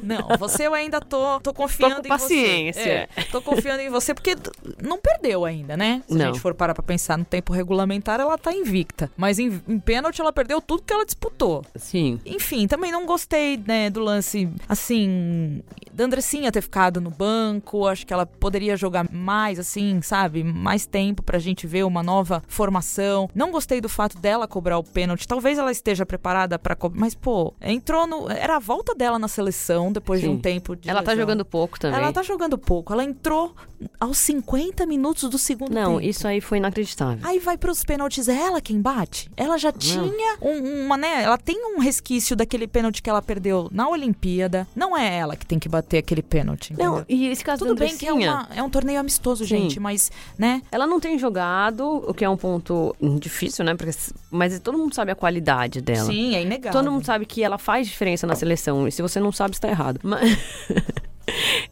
Speaker 2: Não, você eu ainda tô, tô confiando
Speaker 3: Tô com
Speaker 2: em
Speaker 3: paciência.
Speaker 2: você. É, tô confiando em você porque t- não perdeu ainda, né? Se a
Speaker 3: Não.
Speaker 2: gente for parar pra pensar no tempo regulamentar, ela tá invicta. Mas em, em pênalti ela perdeu tudo que ela disputou.
Speaker 3: Sim.
Speaker 2: Enfim, também não gostei, né, do lance, assim, da Andressinha ter ficado no banco. Acho que ela poderia jogar mais, assim, sabe? Mais tempo pra gente ver uma nova formação. Não gostei do fato dela cobrar o pênalti. Talvez ela esteja preparada pra cobrar. Mas, pô, entrou no. Era a volta dela na seleção depois de
Speaker 3: Sim.
Speaker 2: um tempo de.
Speaker 3: Ela tá
Speaker 2: lesão.
Speaker 3: jogando pouco também.
Speaker 2: Ela tá jogando pouco. Ela entrou aos 50 minutos do segundo tempo.
Speaker 3: Não, isso aí foi inacreditável.
Speaker 2: Aí vai pros pênaltis, é ela quem bate. Ela
Speaker 3: É.
Speaker 2: já tinha um- uma, né? Ela tem um resquício daquele pênalti que ela perdeu na Olimpíada. Não é ela que tem que bater aquele pênalti.
Speaker 3: Não,
Speaker 2: entendeu?
Speaker 3: e esse caso
Speaker 2: Tudo
Speaker 3: da
Speaker 2: bem que é,
Speaker 3: Andressinha-
Speaker 2: uma- é um torneio amistoso,
Speaker 3: Sim.
Speaker 2: gente, mas, né?
Speaker 3: Ela não tem jogado, o que é um ponto difícil, né? Porque, mas todo mundo sabe a qualidade dela.
Speaker 2: Sim, é inegável.
Speaker 3: Todo mundo sabe que ela faz diferença na seleção. E se você não sabe, está errado. Mas- *laughs*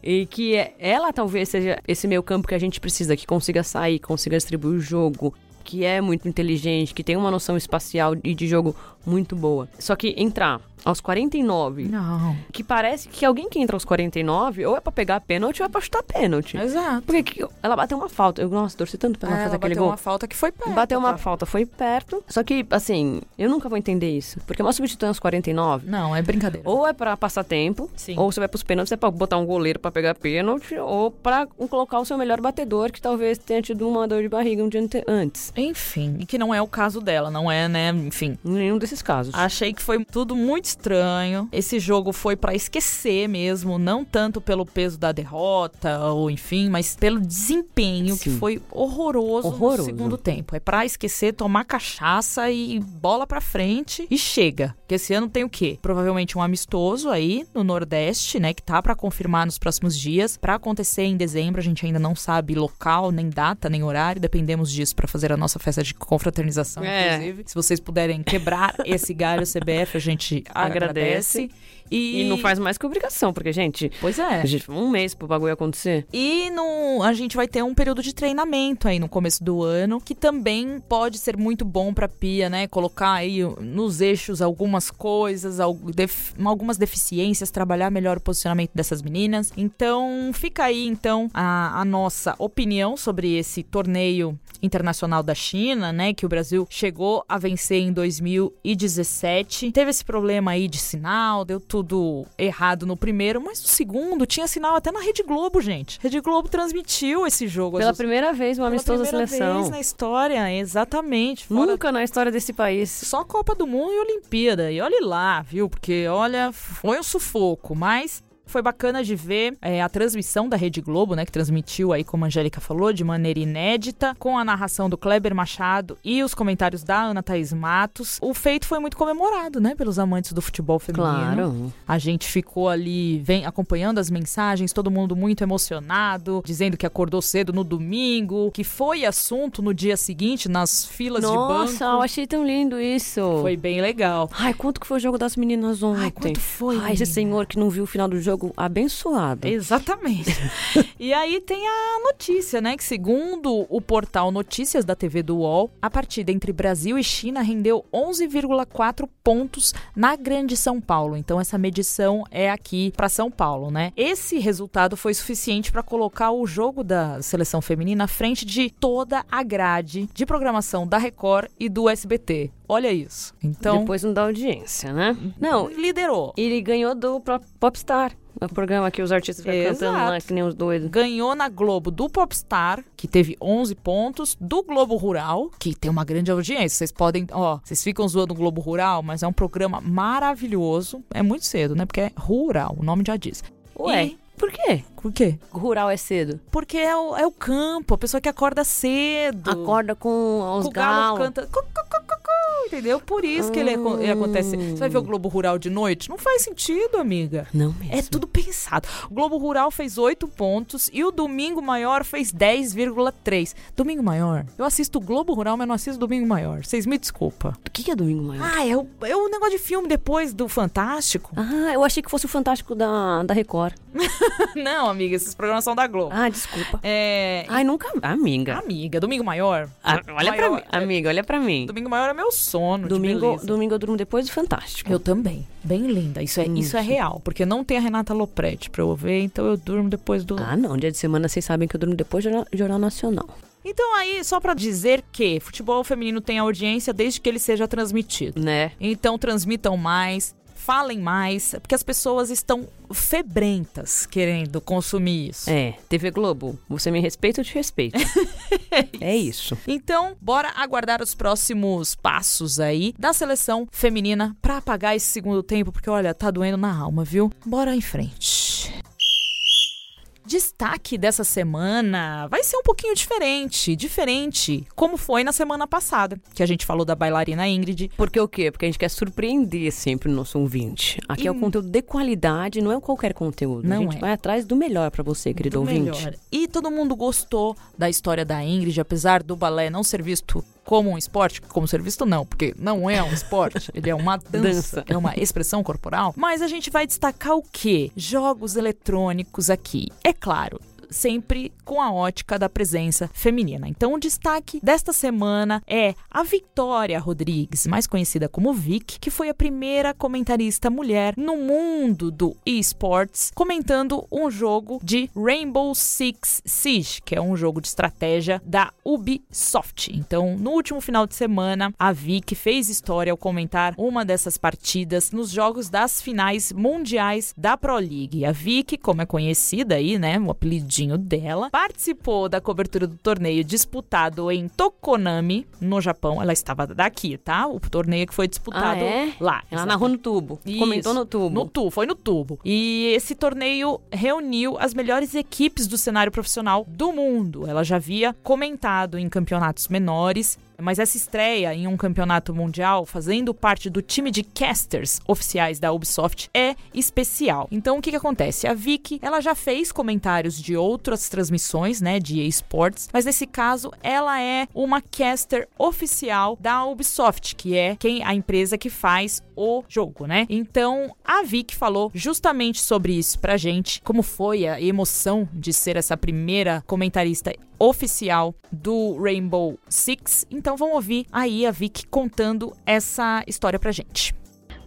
Speaker 3: e que é- ela talvez seja esse meio campo que a gente precisa, que consiga sair, consiga distribuir o jogo, que é muito inteligente, que tem uma noção espacial e de jogo muito boa. Só que entrar aos 49,
Speaker 2: Não.
Speaker 3: que parece que alguém que entra aos 49 ou é pra pegar pênalti ou é pra chutar pênalti.
Speaker 2: Exato.
Speaker 3: Porque que- ela bateu uma falta. Eu, nossa, torci tanto pra ela
Speaker 2: Ah,
Speaker 3: fazer
Speaker 2: ela
Speaker 3: aquele
Speaker 2: bateu
Speaker 3: gol.
Speaker 2: uma falta que foi perto.
Speaker 3: Bateu uma
Speaker 2: tá?
Speaker 3: falta, foi perto. Só que, assim, eu nunca vou entender isso. Porque uma substituição aos 49,
Speaker 2: Não, é brincadeira.
Speaker 3: ou é pra passar tempo,
Speaker 2: Sim.
Speaker 3: ou você vai pros pênaltis, é pra botar um goleiro pra pegar pênalti, ou pra colocar o seu melhor batedor, que talvez tenha tido uma dor de barriga um dia ante- antes.
Speaker 2: Enfim, e que não é o caso dela, não é, né? Enfim.
Speaker 3: Em nenhum desses casos.
Speaker 2: Achei que foi tudo muito estranho. Esse jogo foi pra esquecer mesmo, não tanto pelo peso da derrota ou enfim, mas pelo desempenho que
Speaker 3: Sim.
Speaker 2: foi horroroso, no
Speaker 3: Horroroso.
Speaker 2: segundo tempo. É pra esquecer, tomar cachaça e bola pra frente e chega. Porque esse ano tem o quê? Provavelmente um amistoso aí no Nordeste, né, que tá pra confirmar nos próximos dias, Pra acontecer em dezembro. A gente ainda não sabe local, nem data, nem horário, dependemos disso pra fazer a nossa festa de confraternização,
Speaker 3: É.
Speaker 2: inclusive. Se vocês puderem
Speaker 3: *laughs*
Speaker 2: quebrar esse galho CBF, a gente agradece.
Speaker 3: Agradece. E não faz mais que obrigação, porque, gente,
Speaker 2: Pois é.
Speaker 3: gente, um mês pro bagulho acontecer.
Speaker 2: E no, a gente vai ter um período de treinamento aí no começo do ano, que também pode ser muito bom pra Pia, né? Colocar aí nos eixos algumas coisas, al- def- algumas deficiências, trabalhar melhor o posicionamento dessas meninas. Então, fica aí então a, a nossa opinião sobre esse torneio internacional da China, né, que o Brasil chegou a vencer em 2017. Teve esse problema aí de sinal, deu tudo errado no primeiro, mas no segundo tinha sinal até na Rede Globo, gente. Rede Globo transmitiu esse jogo.
Speaker 3: Pela
Speaker 2: Às vezes-
Speaker 3: primeira vez, um
Speaker 2: pela
Speaker 3: amistoso da
Speaker 2: primeira
Speaker 3: seleção.
Speaker 2: vez na história, exatamente. Fora
Speaker 3: Nunca na história desse país.
Speaker 2: só Copa do Mundo e Olimpíada. E olhe lá, viu? Porque, olha, foi um sufoco, mas. Foi bacana de ver é, a transmissão da Rede Globo, né? Que transmitiu aí, como a Angélica falou, de maneira inédita, com a narração do Kleber Machado e os comentários da Ana Thaís Matos. O feito foi muito comemorado, né? Pelos amantes do futebol feminino.
Speaker 3: Claro.
Speaker 2: A gente ficou ali vem acompanhando as mensagens, todo mundo muito emocionado, dizendo que acordou cedo no domingo, que foi assunto no dia seguinte, nas filas de
Speaker 3: Nossa,
Speaker 2: banco.
Speaker 3: eu achei tão lindo isso.
Speaker 2: Foi bem legal.
Speaker 3: Ai, quanto que foi o jogo das meninas ontem?
Speaker 2: Ai, quanto foi,
Speaker 3: Ai, esse
Speaker 2: menina?
Speaker 3: senhor que não viu o final do jogo, abençoado.
Speaker 2: Exatamente. *laughs* e aí tem a notícia, né? Que segundo o portal Notícias da TV do UOL, a partida entre Brasil e China rendeu 11,4 pontos na Grande São Paulo. Então essa medição é aqui para São Paulo, né? Esse resultado foi suficiente para colocar o jogo da seleção feminina à frente de toda a grade de programação da Record e do SBT. Olha isso. Então Uhum.
Speaker 3: Depois não dá audiência, né? Não,
Speaker 2: liderou.
Speaker 3: ele ganhou do pro- Popstar. O programa que os artistas ficam
Speaker 2: Exato.
Speaker 3: cantando lá, que nem os doidos.
Speaker 2: ganhou na Globo do Popstar, que teve 11 pontos, do Globo Rural, que tem uma grande audiência. Vocês podem, ó, vocês ficam zoando o Globo Rural, mas é um programa maravilhoso. É muito cedo, né? Porque é rural, o nome já diz.
Speaker 3: Ué,
Speaker 2: E-
Speaker 3: por quê?
Speaker 2: Por quê?
Speaker 3: Rural é cedo.
Speaker 2: Porque é o, é o campo, a pessoa que acorda cedo.
Speaker 3: Acorda com os
Speaker 2: O galo
Speaker 3: galos.
Speaker 2: canta. cu, cu, cu, cu, cu, entendeu? Por isso que ele, aco- ele acontece. Você vai ver o Globo Rural de noite? Não faz sentido, amiga.
Speaker 3: Não mesmo.
Speaker 2: É tudo pensado. O Globo Rural fez 8 pontos e o Domingo Maior fez 10,3. Domingo Maior? Eu assisto o Globo Rural, mas não assisto Domingo Maior. Vocês me desculpa.
Speaker 3: O que que é Domingo Maior?
Speaker 2: Ah, é o, é o negócio de filme depois do Fantástico?
Speaker 3: Ah, eu achei que fosse o Fantástico da, da Record.
Speaker 2: *laughs* não, amiga, esses programas são da Globo.
Speaker 3: Ah, desculpa.
Speaker 2: É.
Speaker 3: Ai, nunca... Amiga.
Speaker 2: Amiga, Domingo Maior?
Speaker 3: Ah, olha pra
Speaker 2: Maior- é
Speaker 3: mim. Amiga, olha pra mim.
Speaker 2: Domingo Maior é meu sono. de
Speaker 3: Domingo,
Speaker 2: beleza.
Speaker 3: domingo eu durmo depois do Fantástico.
Speaker 2: Eu também. Bem linda. Isso é, isso é real. Porque não tem a Renata Lopretti pra eu ver, então eu durmo depois do.
Speaker 3: Ah, não. Dia de semana vocês sabem que eu durmo depois do Jornal, Jornal Nacional.
Speaker 2: Então aí, só pra dizer que futebol feminino tem audiência desde que ele seja transmitido.
Speaker 3: Né?
Speaker 2: Então transmitam mais, falem mais, porque as pessoas estão febrentas querendo consumir isso.
Speaker 3: É. TV Globo, você me respeita, eu
Speaker 2: *laughs*
Speaker 3: te respeito. é isso.
Speaker 2: Então, bora aguardar os próximos passos aí da seleção feminina pra apagar esse segundo tempo, porque olha, tá doendo na alma, viu? Bora em frente. Destaque dessa semana vai ser um pouquinho diferente, diferente como foi na semana passada, que a gente falou da bailarina Ingrid,
Speaker 3: Porque o quê? Porque a gente quer surpreender sempre o nosso ouvinte. Aqui é o conteúdo de qualidade, não é qualquer conteúdo.
Speaker 2: Não
Speaker 3: a gente
Speaker 2: é.
Speaker 3: vai atrás do melhor pra você, querido
Speaker 2: do
Speaker 3: ouvinte.
Speaker 2: melhor. E todo mundo gostou da história da Ingrid, apesar do balé não ser visto como um esporte, como ser visto não, porque não é um esporte, *laughs* ele é uma dança,
Speaker 3: Dança.
Speaker 2: é uma expressão corporal. Mas a gente vai destacar o quê? Jogos eletrônicos aqui. É claro, sempre com a ótica da presença feminina. Então, o destaque desta semana é a Vitória Rodrigues, mais conhecida como Vic, que foi a primeira comentarista mulher no mundo do esports, comentando um jogo de Rainbow Six Siege, que é um jogo de estratégia da Ubisoft. Então, no último final de semana, a Vic fez história ao comentar uma dessas partidas nos jogos das finais mundiais da Pro League. A Vic, como é conhecida aí, né, o apelidinho dela, participou da cobertura do torneio disputado em Tokonami, no Japão. Ela estava daqui, tá? O torneio que foi disputado
Speaker 3: Ah, é?
Speaker 2: lá.
Speaker 3: Ela narrou no tubo.
Speaker 2: Isso.
Speaker 3: Comentou no tubo.
Speaker 2: No tubo, foi no tubo. E esse torneio reuniu as melhores equipes do cenário profissional do mundo. Ela já havia comentado em campeonatos menores. Mas essa estreia em um campeonato mundial, fazendo parte do time de casters oficiais da Ubisoft, é especial. Então, o que, que acontece? A Vicky, ela já fez comentários de outras transmissões, né, de esportes, mas nesse caso, ela é uma caster oficial da Ubisoft, que é quem a empresa que faz o jogo, né? Então, a Vic falou justamente sobre isso pra gente, como foi a emoção de ser essa primeira comentarista oficial do Rainbow Six. Então, vamos ouvir aí a Vic contando essa história pra gente.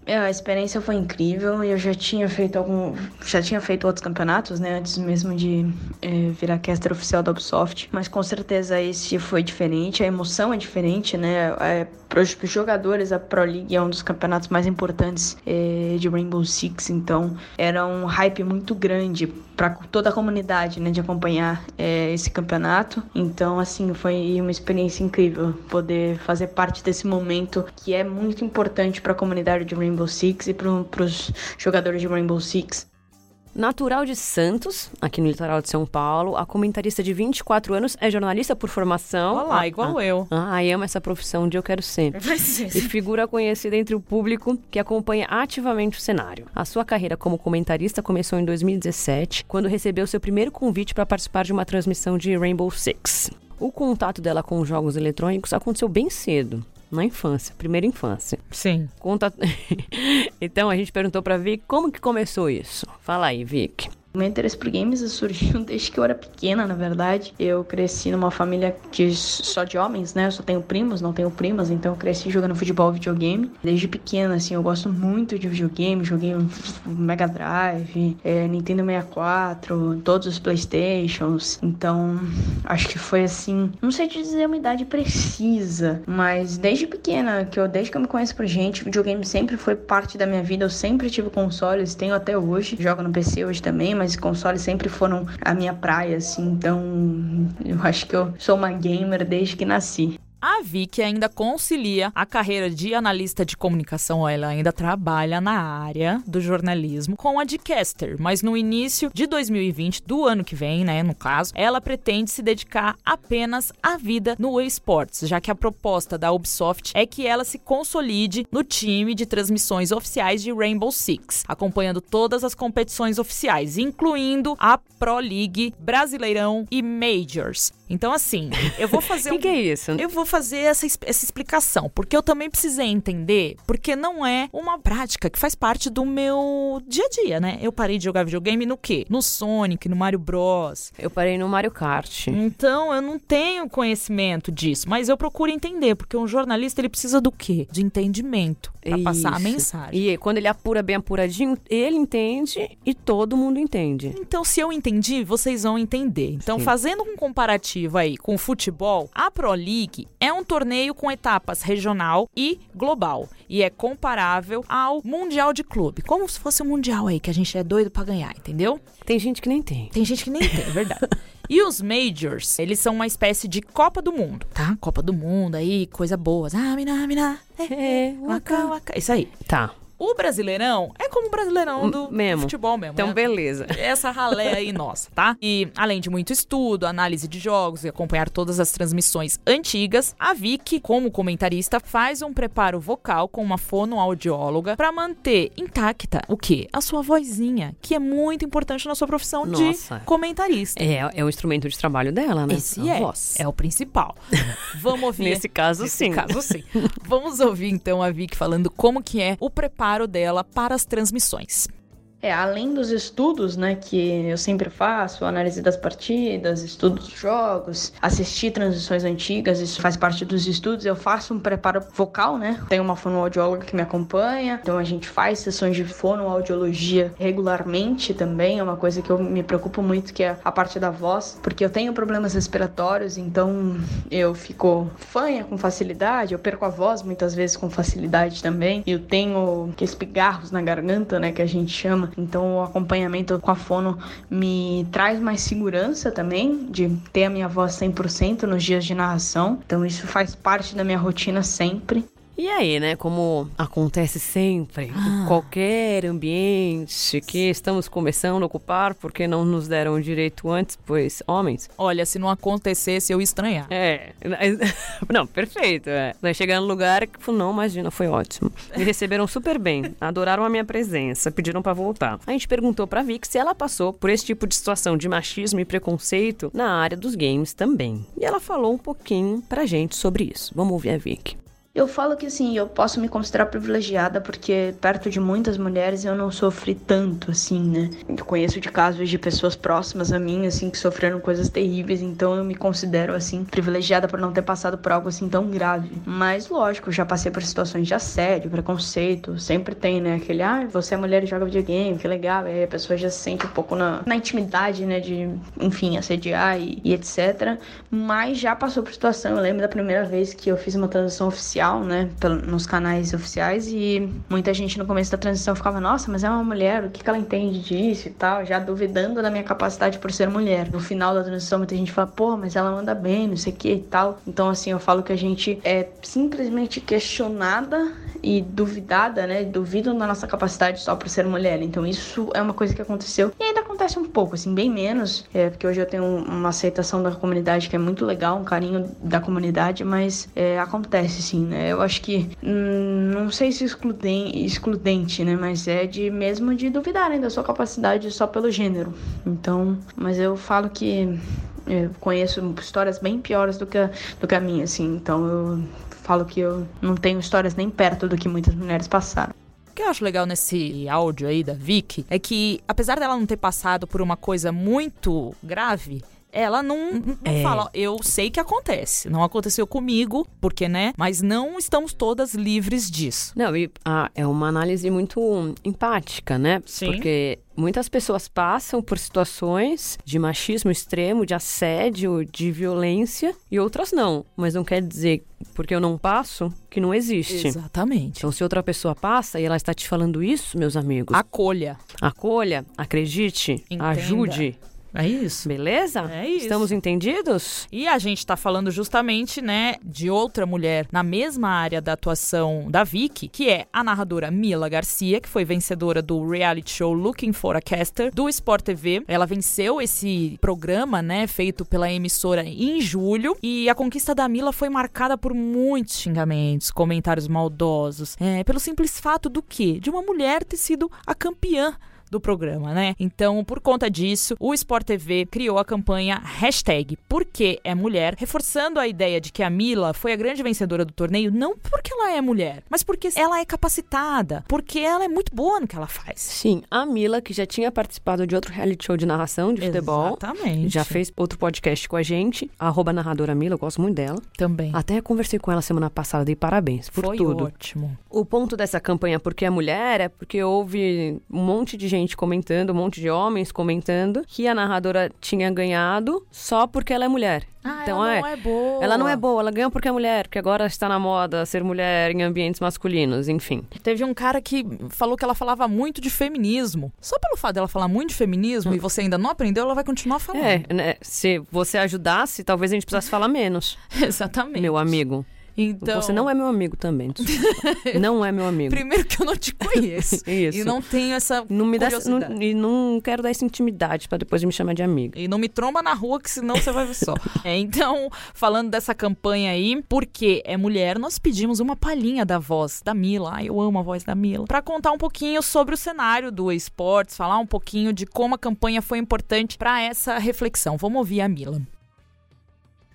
Speaker 5: É, a experiência foi incrível. Eu já tinha feito algum, já tinha feito outros campeonatos, né, antes mesmo de é, virar caster oficial da Ubisoft. Mas com certeza esse foi diferente. A emoção é diferente, né? É, para os jogadores a Pro League é um dos campeonatos mais importantes é, de Rainbow Six, então era um hype muito grande para toda a comunidade, né, de acompanhar é, esse campeonato. Então, assim, foi uma experiência incrível poder fazer parte desse momento que é muito importante para a comunidade de Rainbow Six e para os jogadores de Rainbow Six.
Speaker 3: Natural de Santos, aqui no litoral de São Paulo, a comentarista de 24 anos é jornalista por formação.
Speaker 2: Olha lá, igual eu.
Speaker 3: Ah, eu amo essa profissão de eu quero ser. e figura conhecida entre o público que acompanha ativamente o cenário. A sua carreira como comentarista começou em 2017, quando recebeu seu primeiro convite para participar de uma transmissão de Rainbow Six. O contato dela com os jogos eletrônicos aconteceu bem cedo, na infância, primeira infância.
Speaker 2: Sim.
Speaker 3: Conta... *laughs* então a gente perguntou pra Vic como que começou isso. Fala aí, Vic.
Speaker 5: O meu interesse por games *laughs* surgiu desde que eu era pequena, na verdade. Eu cresci numa família de, só de homens, né? Eu só tenho primos, não tenho primas, então eu cresci jogando futebol e videogame. Desde pequena, assim, eu gosto muito de videogame. Joguei um Mega Drive, eh, Nintendo 64, todos os Playstations. Então, acho que foi assim. Não sei te dizer uma idade precisa, mas desde pequena, que eu, desde que eu me conheço por gente, videogame sempre foi parte da minha vida. Eu sempre tive consoles, tenho até hoje. Jogo no PC hoje também, mas mas consoles sempre foram a minha praia, assim, então eu acho que eu sou uma gamer desde que nasci.
Speaker 2: A Vicky ainda concilia a carreira de analista de comunicação, ela ainda trabalha na área do jornalismo, com a de caster, mas no início de 2020, do ano que vem, né, no caso, ela pretende se dedicar apenas à vida no eSports, já que a proposta da Ubisoft é que ela se consolide no time de transmissões oficiais de Rainbow Six, acompanhando todas as competições oficiais, incluindo a Pro League, Brasileirão e Majors. Então, assim, eu vou fazer
Speaker 3: O *laughs* que,
Speaker 2: um
Speaker 3: que é isso?
Speaker 2: eu vou fazer essa, es- essa explicação, porque eu também precisei entender, porque não é uma prática que faz parte do meu dia a dia, né? Eu parei de jogar videogame no quê? No Sonic, no Mario Bros.
Speaker 3: Eu parei no Mario Kart.
Speaker 2: Então, eu não tenho conhecimento disso, mas eu procuro entender, porque um jornalista ele precisa do quê? De entendimento para passar a
Speaker 3: Isso.
Speaker 2: mensagem.
Speaker 3: E quando ele apura bem apuradinho, ele entende e todo mundo entende.
Speaker 2: Então, se eu entendi, vocês vão entender. Então, fazendo um comparativo aí com o futebol, a Pro League é um torneio com etapas regional e global. E é comparável ao Mundial de Clube. Como se fosse o Mundial aí, que a gente é doido pra ganhar, entendeu?
Speaker 3: Tem gente que nem tem.
Speaker 2: Tem gente que nem tem, é
Speaker 3: *laughs*
Speaker 2: verdade. E os Majors, eles são uma espécie de Copa do Mundo, tá? Copa do Mundo aí, coisa boa. Ah, mina, mina. É, é, waka, waka. Isso aí.
Speaker 3: Tá.
Speaker 2: O Brasileirão é como o Brasileirão do
Speaker 3: Hum, Mesmo.
Speaker 2: futebol mesmo.
Speaker 3: Então,
Speaker 2: né?
Speaker 3: beleza.
Speaker 2: essa ralé aí nossa, tá? E além de muito estudo, análise de jogos e acompanhar todas as transmissões antigas, a Vicky, como comentarista, faz um preparo vocal com uma fonoaudióloga pra manter intacta o quê? A sua vozinha, que é muito importante na sua profissão
Speaker 3: Nossa.
Speaker 2: de comentarista.
Speaker 3: É, é o instrumento de trabalho dela, né?
Speaker 2: Esse
Speaker 3: A
Speaker 2: é,
Speaker 3: voz.
Speaker 2: é o principal. Vamos ouvir.
Speaker 3: Nesse caso,
Speaker 2: Nesse
Speaker 3: sim.
Speaker 2: caso, sim. Vamos ouvir então a Vicky falando como que é o preparo dela para as transmissões.
Speaker 5: É, É, além dos estudos, né, que eu sempre faço, análise das partidas, estudo dos jogos, assistir transições antigas, isso faz parte dos estudos. Eu faço um preparo vocal, né? Tem uma fonoaudióloga que me acompanha, então a gente faz sessões de fonoaudiologia regularmente também. É uma coisa que eu me preocupo muito, que é a parte da voz, porque eu tenho problemas respiratórios, então eu fico fanha com facilidade, eu perco a voz muitas vezes com facilidade também. Eu tenho espigarros na garganta, né, que a gente chama. Então o acompanhamento com a fono me traz mais segurança também de ter a minha voz 100% nos dias de narração. Então isso faz parte da minha rotina sempre.
Speaker 3: E aí, né? Como acontece sempre,
Speaker 2: Ah.
Speaker 3: em qualquer ambiente que estamos começando a ocupar, porque não nos deram o direito antes, pois homens.
Speaker 2: Olha, se não acontecesse, eu ia estranhar.
Speaker 3: É. *laughs* Não, perfeito. É. Daí chegar no lugar, tipo, não, imagina, foi ótimo. Me receberam super bem, adoraram a minha presença, pediram pra voltar. A gente perguntou pra Vic se ela passou por esse tipo de situação de machismo e preconceito na área dos games também. E ela falou um pouquinho pra gente sobre isso. Vamos ouvir a Vic.
Speaker 5: Eu falo que assim, eu posso me considerar privilegiada porque perto de muitas mulheres eu não sofri tanto assim, né? Eu conheço de casos de pessoas próximas a mim assim que sofreram coisas terríveis, então eu me considero assim privilegiada por não ter passado por algo assim tão grave. Mas lógico, eu já passei por situações de assédio, preconceito, sempre tem, né, aquele ah, você é mulher e joga videogame, que legal, e aí a pessoa já se sente um pouco na, na intimidade, né, de, enfim, assediar e, e etc. Mas já passou por situação, eu lembro da primeira vez que eu fiz uma transição oficial né, nos canais oficiais e muita gente no começo da transição ficava, nossa, mas é uma mulher, o que, que ela entende disso e tal, já duvidando da minha capacidade por ser mulher. No final da transição muita gente fala, pô, mas ela manda bem, não sei o que e tal. Então assim, eu falo que a gente é simplesmente questionada e duvidada, né, duvidam da nossa capacidade só por ser mulher. Então isso é uma coisa que aconteceu e ainda acontece um pouco, assim, bem menos, é, porque hoje eu tenho uma aceitação da comunidade que é muito legal, um carinho da comunidade, mas é, acontece sim, né? Eu acho que hum, não sei se excludem, excludente, né? Mas é de mesmo de duvidarem da sua capacidade só pelo gênero. Então, mas eu falo que eu conheço histórias bem piores do que a, do que a minha, assim. Então eu falo que eu não tenho histórias nem perto do que muitas mulheres passaram.
Speaker 2: O que eu acho legal nesse áudio aí da Vicky é que, apesar dela não ter passado por uma coisa muito grave, ela não, não é. fala, eu sei que acontece. Não aconteceu comigo, porque, né? Mas não estamos todas livres disso.
Speaker 3: Não, e ah, é uma análise muito empática, né?
Speaker 2: Sim.
Speaker 3: Porque Muitas pessoas passam por situações de machismo extremo, de assédio, de violência, e outras não. Mas não quer dizer, porque eu não passo, que não existe.
Speaker 2: Exatamente.
Speaker 3: Então, se outra pessoa passa e ela está te falando isso, meus amigos.
Speaker 2: Acolha.
Speaker 3: Acolha, acredite,
Speaker 2: Entenda.
Speaker 3: ajude.
Speaker 2: É isso.
Speaker 3: Beleza?
Speaker 2: É isso.
Speaker 3: Estamos entendidos?
Speaker 2: E a gente tá falando justamente, né, de outra mulher na mesma área da atuação da Vicky, que é a narradora Mila Garcia, que foi vencedora do reality show Looking for a Caster do Sport TV. Ela venceu esse programa, né, feito pela emissora em julho, e a conquista da Mila foi marcada por muitos xingamentos, comentários maldosos, é, pelo simples fato do quê? De uma mulher ter sido a campeã do programa, né? Então, por conta disso, o Sport TV criou a campanha hashtag Porque é Mulher, reforçando a ideia de que a Mila foi a grande vencedora do torneio, não porque ela é mulher, mas porque ela é capacitada, porque ela é muito boa no que ela faz.
Speaker 3: Sim, a Mila, que já tinha participado de outro reality show de narração de futebol.
Speaker 2: Exatamente.
Speaker 3: Já fez outro podcast com a gente, arroba narradora Mila, eu gosto muito dela.
Speaker 2: também.
Speaker 3: Até conversei com ela semana passada, dei parabéns por
Speaker 2: É. foi
Speaker 3: tudo.
Speaker 2: ótimo.
Speaker 3: O ponto dessa campanha Porque é Mulher é porque houve um monte de gente comentando, um monte de homens comentando que a narradora tinha ganhado só porque ela é mulher.
Speaker 2: Ah, ela não é boa.
Speaker 3: Ela não é boa, ela ganhou porque é mulher, porque agora está na moda ser mulher em ambientes masculinos, enfim.
Speaker 2: Teve um cara que falou que ela falava muito de feminismo. Só pelo fato dela falar muito de feminismo e você ainda não aprendeu, ela vai continuar falando.
Speaker 3: É, né? Se você ajudasse, talvez a gente precisasse falar menos,
Speaker 2: *laughs* Exatamente.
Speaker 3: meu amigo.
Speaker 2: Então,
Speaker 3: Você não é meu amigo também.
Speaker 2: *laughs*
Speaker 3: desculpa. não é meu amigo.
Speaker 2: Primeiro que eu não te conheço.
Speaker 3: *laughs* Isso.
Speaker 2: E não tenho essa
Speaker 3: Não me dá,
Speaker 2: curiosidade.
Speaker 3: não- e não quero dar essa intimidade pra depois me chamar de amiga.
Speaker 2: E não me tromba na rua, que senão você vai ver
Speaker 3: *laughs*
Speaker 2: só. É, então, falando dessa campanha aí, porque é mulher, nós pedimos uma palhinha da voz da Mila. Ai, eu amo a voz da Mila. Pra contar um pouquinho sobre o cenário do esportes, falar um pouquinho de como a campanha foi importante pra essa reflexão. Vamos ouvir a Mila.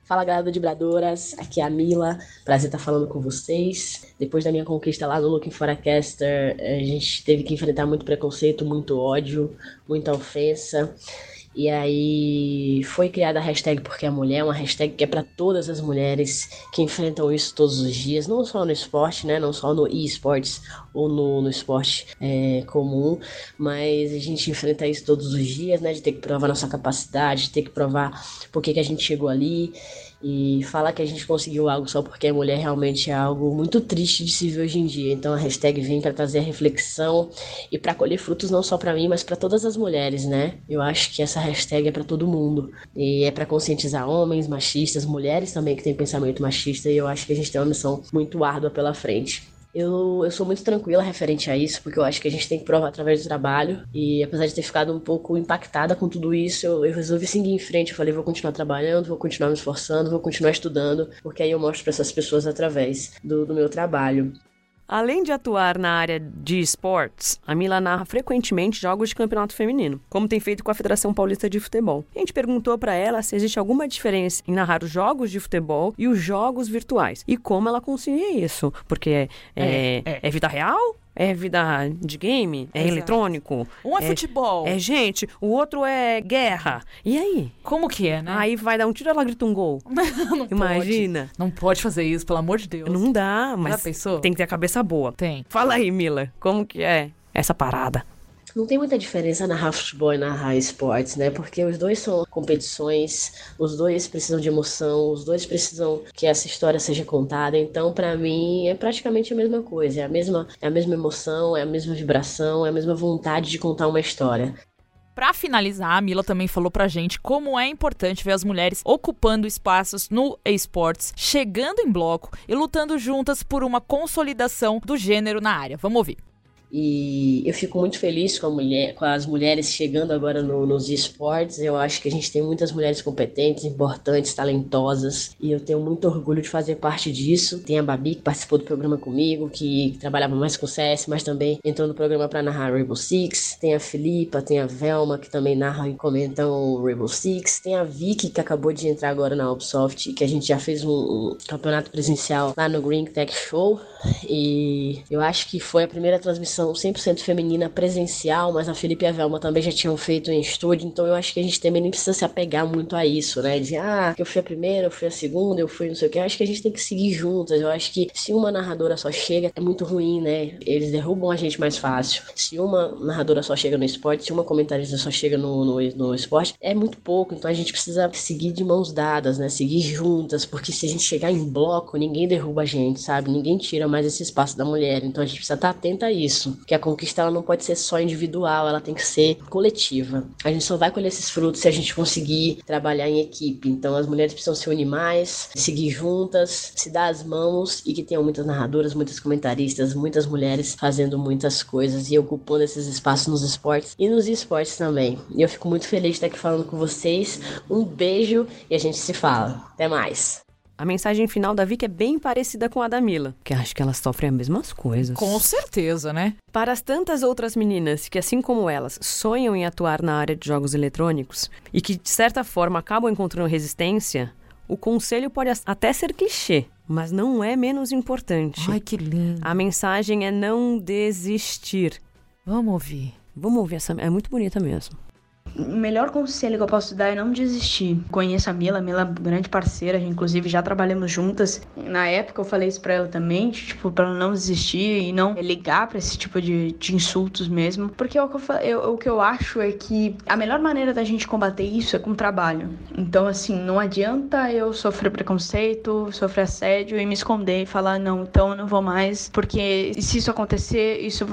Speaker 6: Fala galera do Vibradoras, aqui é a Mila, prazer estar falando com vocês. Depois da minha conquista lá do Looking for a Caster, a gente teve que enfrentar muito preconceito, muito ódio, muita ofensa. E aí foi criada a hashtag Porque é Mulher, uma hashtag que é para todas as mulheres que enfrentam isso todos os dias, não só no esporte, né? Não só no esportes ou no, no esporte é, comum, mas a gente enfrenta isso todos os dias, né? De ter que provar nossa capacidade, de ter que provar por que, que a gente chegou ali. E falar que a gente conseguiu algo só porque é mulher realmente é algo muito triste de se ver hoje em dia. Então a hashtag vem para trazer a reflexão e para colher frutos não só para mim, mas para todas as mulheres, né? Eu acho que essa hashtag é para todo mundo. E é para conscientizar homens, machistas, mulheres também que têm pensamento machista. E eu acho que a gente tem uma missão muito árdua pela frente. Eu, eu sou muito tranquila referente a isso, porque eu acho que a gente tem que provar através do trabalho. E apesar de ter ficado um pouco impactada com tudo isso, eu, eu resolvi seguir em frente. Eu falei, vou continuar trabalhando, vou continuar me esforçando, vou continuar estudando, porque aí eu mostro para essas pessoas através do, do meu trabalho.
Speaker 3: Além de atuar na área de esportes, a Mila narra frequentemente jogos de campeonato feminino, como tem feito com a Federação Paulista de Futebol. A gente perguntou para ela se existe alguma diferença em narrar os jogos de futebol e os jogos virtuais e como ela concilia isso, porque é, é, é. é vida real é vida de game? É
Speaker 2: Exato.
Speaker 3: eletrônico?
Speaker 2: Um é futebol.
Speaker 3: É gente, o outro é guerra. E aí?
Speaker 2: Como que é, né?
Speaker 3: Aí vai dar um tiro, ela grita um gol.
Speaker 2: *laughs* Não pode.
Speaker 3: Imagina.
Speaker 2: Não pode fazer isso, pelo amor de Deus.
Speaker 3: Não dá,
Speaker 2: Já
Speaker 3: mas
Speaker 2: pensou?
Speaker 3: tem que ter a cabeça boa.
Speaker 2: Tem.
Speaker 3: Fala aí, Mila, como que é essa parada?
Speaker 6: Não tem muita diferença narrar futebol e narrar esportes, né? Porque os dois são competições, os dois precisam de emoção, os dois precisam que essa história seja contada. Então, pra mim, é praticamente a mesma coisa. É a mesma, é a mesma emoção, é a mesma vibração, é a mesma vontade de contar uma história.
Speaker 2: Pra finalizar, a Mila também falou pra gente como é importante ver as mulheres ocupando espaços no esportes, chegando em bloco e lutando juntas por uma consolidação do gênero na área. Vamos ouvir.
Speaker 6: E eu fico muito feliz com, a mulher, com as mulheres chegando agora no- nos esportes. Eu acho que a gente tem muitas mulheres competentes, importantes, talentosas. E eu tenho muito orgulho de fazer parte disso. Tem a Babi, que participou do programa comigo, que trabalhava mais com CS, mas também entrou no programa para narrar Rainbow Six. Tem a Filipa, tem a Velma, que também narra e comentam Rainbow Six. Tem a Vicky, que acabou de entrar agora na Ubisoft, que a gente já fez um, um campeonato presencial lá no Green Tech Show. E eu acho que foi a primeira transmissão 100% feminina presencial, mas a Felipe e a Velma também já tinham feito em estúdio, então eu acho que a gente também nem precisa se apegar muito a isso, né? De, ah, eu fui a primeira, eu fui a segunda, eu fui não sei o que. Eu acho que a gente tem que seguir juntas. Eu acho que se uma narradora só chega, é muito ruim, né? Eles derrubam a gente mais fácil. Se uma narradora só chega no esporte, se uma comentarista só chega no, no, no esporte, é muito pouco. Então a gente precisa seguir de mãos dadas, né? Seguir juntas, porque se a gente chegar em bloco, ninguém derruba a gente, sabe? Ninguém tira mais esse espaço da mulher. Então a gente precisa estar atenta a isso. Que a conquista ela não pode ser só individual, ela tem que ser coletiva. A gente só vai colher esses frutos se a gente conseguir trabalhar em equipe. Então as mulheres precisam se unir mais, seguir juntas, se dar as mãos e que tenham muitas narradoras, muitas comentaristas, muitas mulheres fazendo muitas coisas e ocupando esses espaços nos esportes e nos esportes também. E eu fico muito feliz de estar aqui falando com vocês. Um beijo e a gente se fala. Até mais.
Speaker 3: A mensagem final da Vicky é bem parecida com a da Mila, que acho que elas sofrem as mesmas coisas.
Speaker 2: Com certeza, né?
Speaker 3: Para as tantas outras meninas que, assim como elas, sonham em atuar na área de jogos eletrônicos e que, de certa forma, acabam encontrando resistência, o conselho pode as- até ser clichê, mas não é menos importante.
Speaker 2: Ai, que lindo.
Speaker 3: A mensagem é não desistir.
Speaker 2: Vamos ouvir.
Speaker 3: Vamos ouvir essa. É muito bonita mesmo.
Speaker 5: O melhor conselho que eu posso dar é não desistir. Conheço a Mila, a Mila é uma grande parceira, inclusive já trabalhamos juntas. Na época eu falei isso pra ela também, tipo, pra ela não desistir e não ligar pra esse tipo de, de insultos mesmo. Porque é o que eu, fa- eu- o que eu acho é que a melhor maneira da gente combater isso é com trabalho. Então, assim, não adianta eu sofrer preconceito, sofrer assédio e me esconder e falar, não, então eu não vou mais, porque se isso acontecer, isso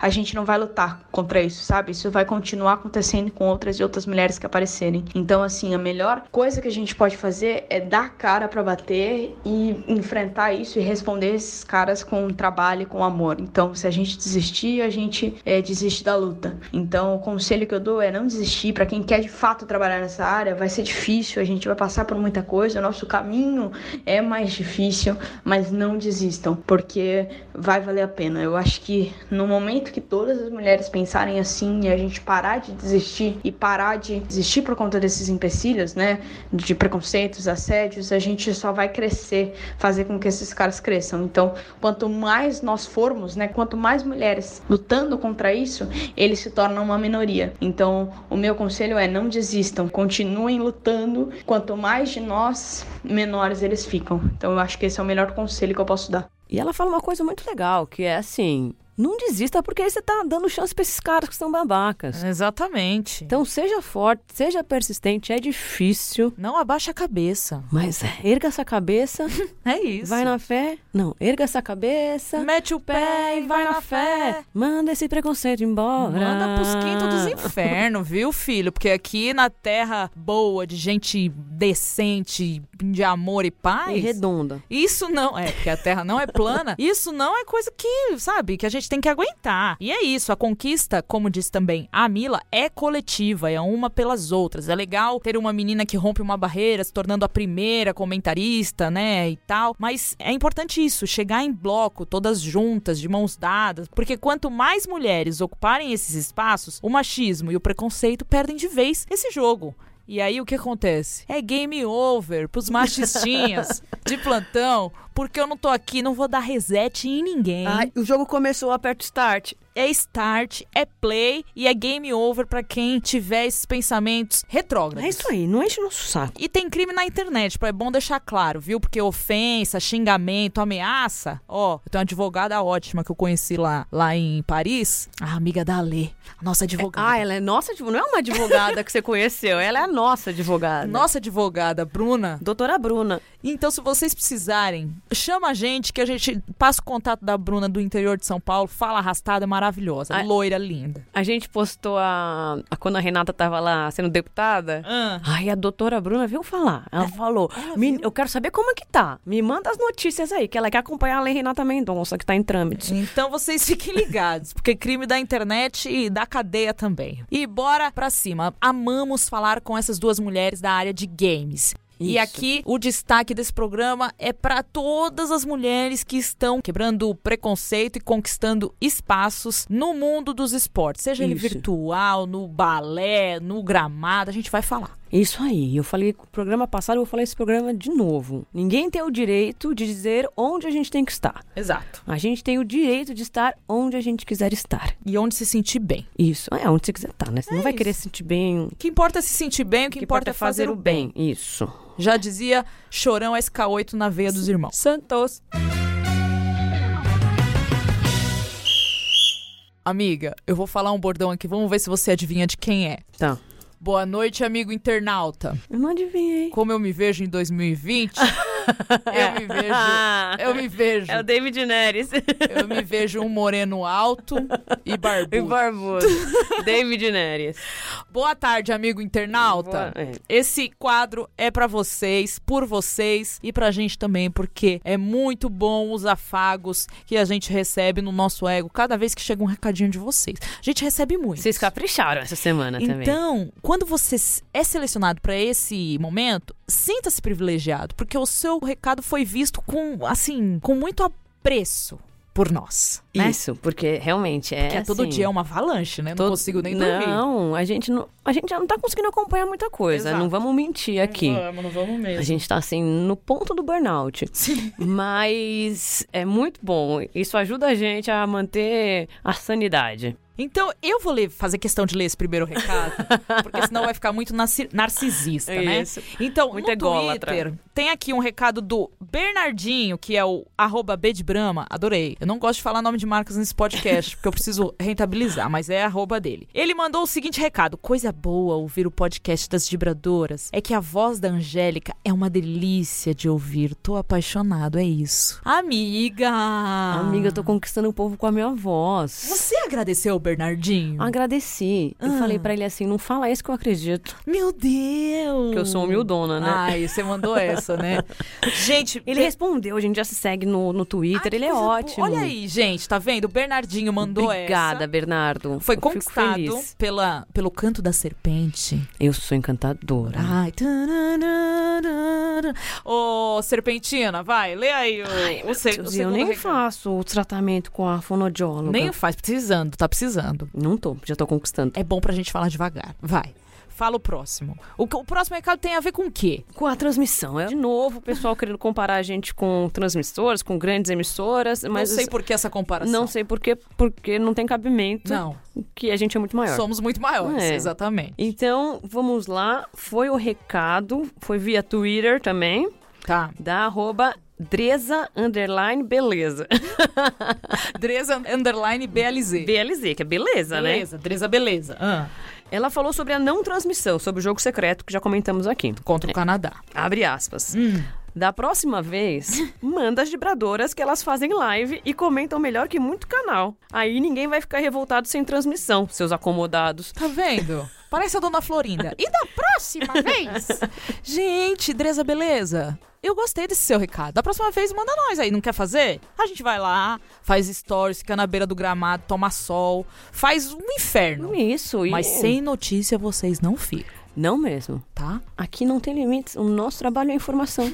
Speaker 5: a gente não vai lutar contra isso, sabe? Isso vai continuar acontecendo com outras e outras mulheres que aparecerem. Então, assim, a melhor coisa que a gente pode fazer é dar a cara pra bater e enfrentar isso e responder esses caras com um trabalho e com amor. Então, se a gente desistir, a gente é, desiste da luta. Então, o conselho que eu dou é não desistir. Pra quem quer de fato trabalhar nessa área, vai ser difícil, a gente vai passar por muita coisa, o nosso caminho é mais difícil, mas não desistam, porque vai valer a pena. Eu acho que no momento que todas as mulheres pensarem assim e a gente parar de desistir, e parar de desistir por conta desses empecilhos, né? De preconceitos, assédios, a gente só vai crescer, fazer com que esses caras cresçam. Então, quanto mais nós formos, né? Quanto mais mulheres lutando contra isso, eles se tornam uma minoria. Então, o meu conselho é não desistam, continuem lutando. Quanto mais de nós, menores eles ficam. Então, eu acho que esse é o melhor conselho que eu posso dar.
Speaker 7: E ela fala uma coisa muito legal, que é assim, não desista, porque aí você tá dando chance pra esses caras que são
Speaker 3: É.
Speaker 7: babacas.
Speaker 2: Exatamente.
Speaker 7: Então seja forte, seja persistente, é difícil.
Speaker 2: Não abaixa a cabeça.
Speaker 7: Mas é, erga essa cabeça,
Speaker 2: É isso.
Speaker 7: vai na fé. Não, erga essa cabeça,
Speaker 2: Mete o pé e vai na fé.
Speaker 7: manda esse preconceito embora.
Speaker 2: Manda pros quintos dos infernos, viu, filho? Porque aqui na terra boa, de gente decente, de amor e paz.
Speaker 7: E redonda.
Speaker 2: Isso não é, porque a Terra não é plana. Isso não é coisa que, sabe, que a gente tem que aguentar. E é isso, a conquista, como diz também a Mila, é coletiva, é uma pelas outras. É legal ter uma menina que rompe uma barreira, se tornando a primeira comentarista, né, e tal. Mas é importante isso, chegar em bloco, todas juntas, de mãos dadas, porque quanto mais mulheres ocuparem esses espaços, o machismo e o preconceito perdem de vez esse jogo. E aí o que acontece? É game over pros
Speaker 3: *laughs*
Speaker 2: machistinhas de plantão, porque eu não tô aqui, não vou dar reset em ninguém.
Speaker 3: Ai, o jogo começou, aperta o start.
Speaker 2: É start, é play e é game over pra quem tiver esses pensamentos retrógrados.
Speaker 3: É isso aí, não enche o nosso saco.
Speaker 2: E tem crime na internet, pô, é bom deixar claro, viu? Porque ofensa, xingamento, ameaça. Ó, eu tenho uma advogada ótima que eu conheci lá, lá em Paris, a amiga da Lê, a nossa advogada.
Speaker 3: Ah, ela é nossa advogada. Não é uma advogada que você conheceu, ela é a nossa advogada.
Speaker 2: Nossa advogada, Bruna,
Speaker 3: Doutora Bruna.
Speaker 2: Então, se vocês precisarem, chama a gente que a gente passa o contato da Bruna do interior de São Paulo. Fala arrastada, maravilhosa,
Speaker 3: Ai.
Speaker 2: loira, linda.
Speaker 3: A gente postou a, a- quando a Renata tava lá sendo deputada. Ai, a doutora Bruna veio falar.
Speaker 2: É,
Speaker 3: Ela falou: "Me- Eu quero saber como é que tá. Me manda as notícias aí, que ela quer acompanhar a Lei Renata Mendonça, que tá em trâmite.
Speaker 2: Então vocês *laughs* fiquem ligados, porque crime da internet e da cadeia também. E bora pra cima. Amamos falar com essas duas mulheres da área de games. E
Speaker 3: Isso.
Speaker 2: aqui o destaque desse programa é para todas as mulheres que estão quebrando o preconceito e conquistando espaços no mundo dos esportes, seja ele
Speaker 3: Isso.
Speaker 2: virtual, no balé, no gramado, a gente vai falar.
Speaker 3: Isso aí. Eu falei com o programa passado, eu vou falar esse programa de novo. Ninguém tem o direito de dizer onde a gente tem que estar.
Speaker 2: Exato.
Speaker 3: A gente tem o direito de estar onde a gente quiser estar.
Speaker 2: E onde se sentir bem.
Speaker 3: Isso. É onde você quiser estar, né? Você
Speaker 2: É
Speaker 3: não vai
Speaker 2: isso.
Speaker 3: querer se sentir bem.
Speaker 2: O que importa é se sentir bem, o que, importa, é fazer o bem.
Speaker 3: Isso.
Speaker 2: Já dizia Chorão é SK8 na veia dos irmãos.
Speaker 3: Santos.
Speaker 2: Amiga, eu vou falar um bordão aqui, vamos ver se você adivinha de quem é.
Speaker 3: Tá.
Speaker 2: Boa noite, amigo internauta.
Speaker 3: Eu não adivinhei.
Speaker 2: Como eu me vejo em
Speaker 3: *laughs*
Speaker 2: 2020, eu me vejo. *laughs* Eu me vejo.
Speaker 3: É o David Neres. *laughs*
Speaker 2: Eu me vejo um moreno alto e
Speaker 3: E
Speaker 2: barbudo. *laughs*
Speaker 3: barbudo. David Neres.
Speaker 2: Boa tarde, amigo internauta.
Speaker 3: Boa- é.
Speaker 2: Esse quadro é pra vocês, por vocês e pra gente também, porque é muito bom os afagos que a gente recebe no nosso ego cada vez que chega um recadinho de vocês. A gente recebe muito.
Speaker 3: Vocês capricharam essa semana também.
Speaker 2: Então, quando você s- é selecionado pra esse momento, sinta-se privilegiado, porque o seu recado foi visto com, assim, com muito apreço por nós, né?
Speaker 3: Isso, porque realmente é.
Speaker 2: Que é todo
Speaker 3: assim,
Speaker 2: dia uma avalanche, né? Não
Speaker 3: todo-
Speaker 2: consigo nem dormir.
Speaker 3: Não, a gente não, a gente já não tá conseguindo acompanhar muita coisa.
Speaker 2: Exato.
Speaker 3: Não vamos mentir aqui.
Speaker 2: vamos, não vamos
Speaker 3: A gente tá assim no ponto do burnout.
Speaker 2: Sim.
Speaker 3: Mas é muito bom. Isso ajuda a gente a manter a sanidade.
Speaker 2: Então, eu vou ler- fazer questão de ler esse primeiro recado, porque senão vai ficar muito narci- narcisista, né?
Speaker 3: Isso.
Speaker 2: Então,
Speaker 3: Muito
Speaker 2: no
Speaker 3: ególatra.
Speaker 2: Twitter, tem aqui um recado do Bernardinho, que é o arroba B de Brahma. Adorei. Eu não gosto de falar nome de marcas nesse podcast, porque eu preciso *laughs* rentabilizar, mas é arroba dele. Ele mandou o seguinte recado. Coisa boa ouvir o podcast das vibradoras é que a voz da Angélica é uma delícia de ouvir. Tô apaixonado, é isso. Amiga!
Speaker 3: Amiga, eu tô conquistando o povo com a minha voz.
Speaker 2: Ah. Você agradeceu o Bernardinho?
Speaker 3: Agradeci. Eu
Speaker 2: Ah.
Speaker 3: falei pra ele assim: não fala isso que eu acredito.
Speaker 2: Meu Deus!
Speaker 3: Que eu
Speaker 2: Hum.
Speaker 3: sou humildona, né?
Speaker 2: Ai, você mandou essa,
Speaker 3: *laughs*
Speaker 2: né? Gente,
Speaker 3: Ele respondeu, a gente já se segue no, no Twitter,
Speaker 2: Ai, que
Speaker 3: ele é
Speaker 2: coisa boa.
Speaker 3: ótimo.
Speaker 2: Olha aí, gente, tá vendo? O Bernardinho mandou
Speaker 3: Obrigada,
Speaker 2: essa.
Speaker 3: Bernardo.
Speaker 2: Foi
Speaker 3: Eu fico
Speaker 2: conquistado
Speaker 3: feliz.
Speaker 2: pela, pelo canto da serpente.
Speaker 3: Eu sou encantadora.
Speaker 2: Ai. tananana. Ô, Serpentina, vai, lê aí o, o, se, o
Speaker 3: Deus, eu
Speaker 2: segundo
Speaker 3: nem
Speaker 2: recado.
Speaker 3: faço o tratamento com a fonodióloga.
Speaker 2: Nem faz, precisando, tá precisando.
Speaker 3: Não tô, já tô conquistando.
Speaker 2: É bom pra gente falar devagar. Vai. Fala o próximo. O, que- o próximo recado tem a ver com o quê?
Speaker 3: Com a transmissão. É, de novo, o pessoal querendo comparar a gente com transmissoras, com grandes emissoras, mas...
Speaker 2: não sei por que essa comparação.
Speaker 3: Não sei por quê, porque não tem cabimento.
Speaker 2: Não,
Speaker 3: Que a gente é muito maior.
Speaker 2: somos muito maiores,
Speaker 3: É.
Speaker 2: exatamente.
Speaker 3: Então, vamos lá. Foi o recado, foi via Twitter também,
Speaker 2: Tá.
Speaker 3: da arroba Dresa Underline *laughs* Beleza.
Speaker 2: Dresa underline BLZ.
Speaker 3: BLZ, que é beleza, né?
Speaker 2: Beleza, Dresa Beleza. Ah,
Speaker 3: Ela falou sobre a não transmissão, sobre o jogo secreto que já comentamos aqui.
Speaker 2: contra o Canadá. Hum,
Speaker 3: Abre aspas. Da próxima *laughs* vez, manda as vibradoras que elas fazem live e comentam melhor que muito canal. Aí ninguém vai ficar revoltado sem transmissão, seus acomodados.
Speaker 2: Tá vendo? Parece a Dona Florinda. E da
Speaker 3: *laughs*
Speaker 2: próxima vez? Gente, Dresa Beleza, eu gostei desse seu recado. Da próxima vez, manda nós aí. Não quer fazer? A gente vai lá, faz stories, fica na beira do gramado, toma sol, faz um inferno.
Speaker 3: Isso, e...
Speaker 2: Mas sem notícia vocês não ficam,
Speaker 3: Não mesmo.
Speaker 2: tá?
Speaker 3: Aqui não tem limites. O nosso trabalho é *laughs* informação.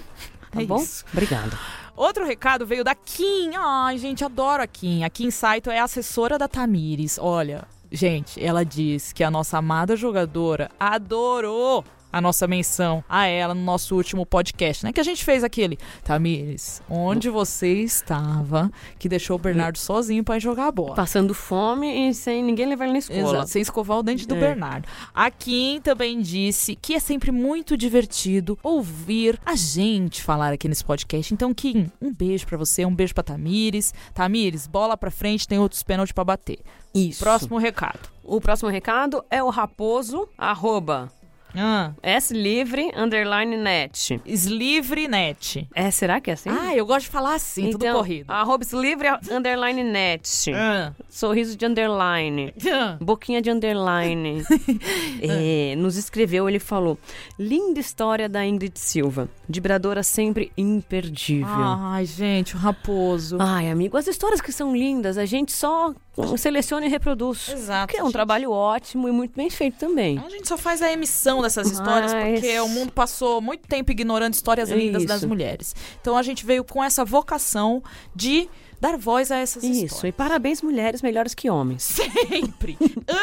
Speaker 3: Tá
Speaker 2: É
Speaker 3: bom?
Speaker 2: isso.
Speaker 3: Obrigada.
Speaker 2: Outro recado veio da Kim. Ai, gente, adoro a Kim. A Kim Saito é assessora da Tamires. Olha, gente, ela diz que a nossa amada jogadora adorou a nossa menção a ela no nosso último podcast, né? Que a gente fez aquele. Tamires, onde você estava que deixou o Bernardo sozinho pra ir jogar a bola?
Speaker 3: Passando fome e sem ninguém levar ele na escola.
Speaker 2: Exato, sem escovar o dente do
Speaker 3: É.
Speaker 2: Bernardo. A Kim também disse que é sempre muito divertido ouvir a gente falar aqui nesse podcast. Então, Kim, um beijo pra você, um beijo pra Tamires. Tamires, bola pra frente, tem outros pênaltis pra bater.
Speaker 3: Isso.
Speaker 2: Próximo recado.
Speaker 3: O próximo recado é o raposo, arroba,
Speaker 2: Ah,
Speaker 3: slivre, underline net.
Speaker 2: Slivre Net.
Speaker 3: É, será que é assim? Então,
Speaker 2: Ah, eu gosto de falar assim, tudo corrido.
Speaker 3: Arroba slivre, underline net.
Speaker 2: Ah.
Speaker 3: Sorriso de underline.
Speaker 2: Ah.
Speaker 3: Boquinha
Speaker 2: *laughs*
Speaker 3: de underline. É, nos escreveu, ele falou: Linda história da Ingrid Silva. Vibradora sempre imperdível.
Speaker 2: Ai, gente, o raposo.
Speaker 3: Ai, amigo, as histórias que são lindas, a gente só seleciona e reproduz.
Speaker 2: Exato.
Speaker 3: Que é um
Speaker 2: gente.
Speaker 3: trabalho ótimo e muito bem feito também.
Speaker 2: A gente só faz a emissão dessas histórias
Speaker 3: Mas-
Speaker 2: porque o mundo passou muito tempo ignorando histórias lindas das
Speaker 3: Isso.
Speaker 2: mulheres. Então a gente veio com essa vocação de dar voz a essas
Speaker 3: Isso,
Speaker 2: histórias.
Speaker 3: e parabéns, mulheres melhores que
Speaker 2: *laughs*
Speaker 3: homens.
Speaker 2: Sempre.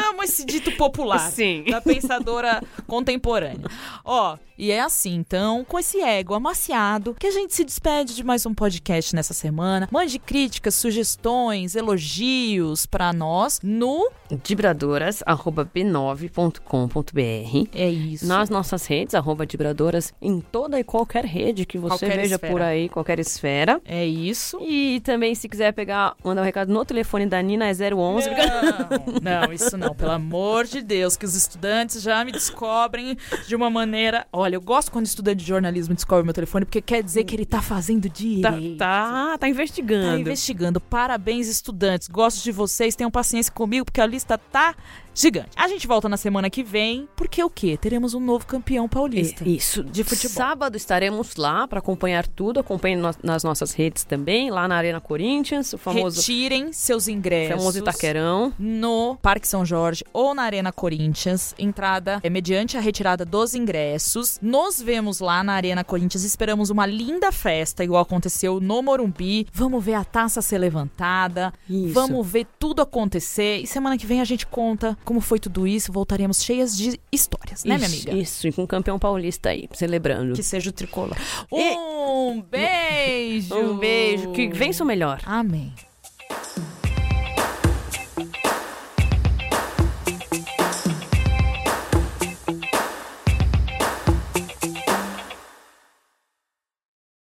Speaker 2: Amo esse dito popular
Speaker 3: Sim.
Speaker 2: da pensadora contemporânea. Ó, e é assim, então, com esse ego amaciado, que a gente se despede de mais um podcast nessa semana. Mande críticas, sugestões, elogios pra nós no
Speaker 3: Dibradoras, arroba b9.com.br.
Speaker 2: É isso.
Speaker 3: Nas nossas redes, arroba Dibradoras, em toda e qualquer rede que você
Speaker 2: Qualquer
Speaker 3: veja
Speaker 2: esfera.
Speaker 3: por aí, qualquer esfera.
Speaker 2: É isso.
Speaker 3: E também, se quiser pegar, mandar um recado no telefone da Nina, é 011.
Speaker 2: Não, não, isso não. Pelo amor de Deus, que os estudantes já me descobrem de uma maneira. Olha, eu gosto quando estudante de jornalismo descobre meu telefone, porque quer dizer que ele tá fazendo direito.
Speaker 3: Tá, tá
Speaker 2: Tá
Speaker 3: investigando.
Speaker 2: investigando. Parabéns, estudantes. Gosto de vocês. Tenham paciência comigo, porque a lista tá gigante. A gente volta na semana que vem, porque o quê? Teremos um novo campeão paulista.
Speaker 3: É, Isso, de
Speaker 2: futebol.
Speaker 3: Sábado estaremos lá para acompanhar tudo. Acompanhe no- nas nossas redes também, lá na Arena Corinthians, o famoso,
Speaker 2: Retirem seus ingressos.
Speaker 3: famoso Itaquerão.
Speaker 2: no Parque São Jorge ou na Arena Corinthians. Entrada é mediante a retirada dos ingressos. Nos vemos lá na Arena Corinthians. Esperamos uma linda festa, igual aconteceu no Morumbi. Vamos ver a taça ser levantada.
Speaker 3: Isso.
Speaker 2: Vamos ver tudo acontecer. E semana que vem a gente conta como foi tudo isso. Voltaremos cheias de histórias, né, minha
Speaker 3: Isso,
Speaker 2: amiga?
Speaker 3: Isso, e com o campeão paulista aí, celebrando.
Speaker 2: Que seja o tricolor.
Speaker 3: E-
Speaker 2: Um beijo!
Speaker 3: Um beijo, que vença o melhor.
Speaker 2: Amém.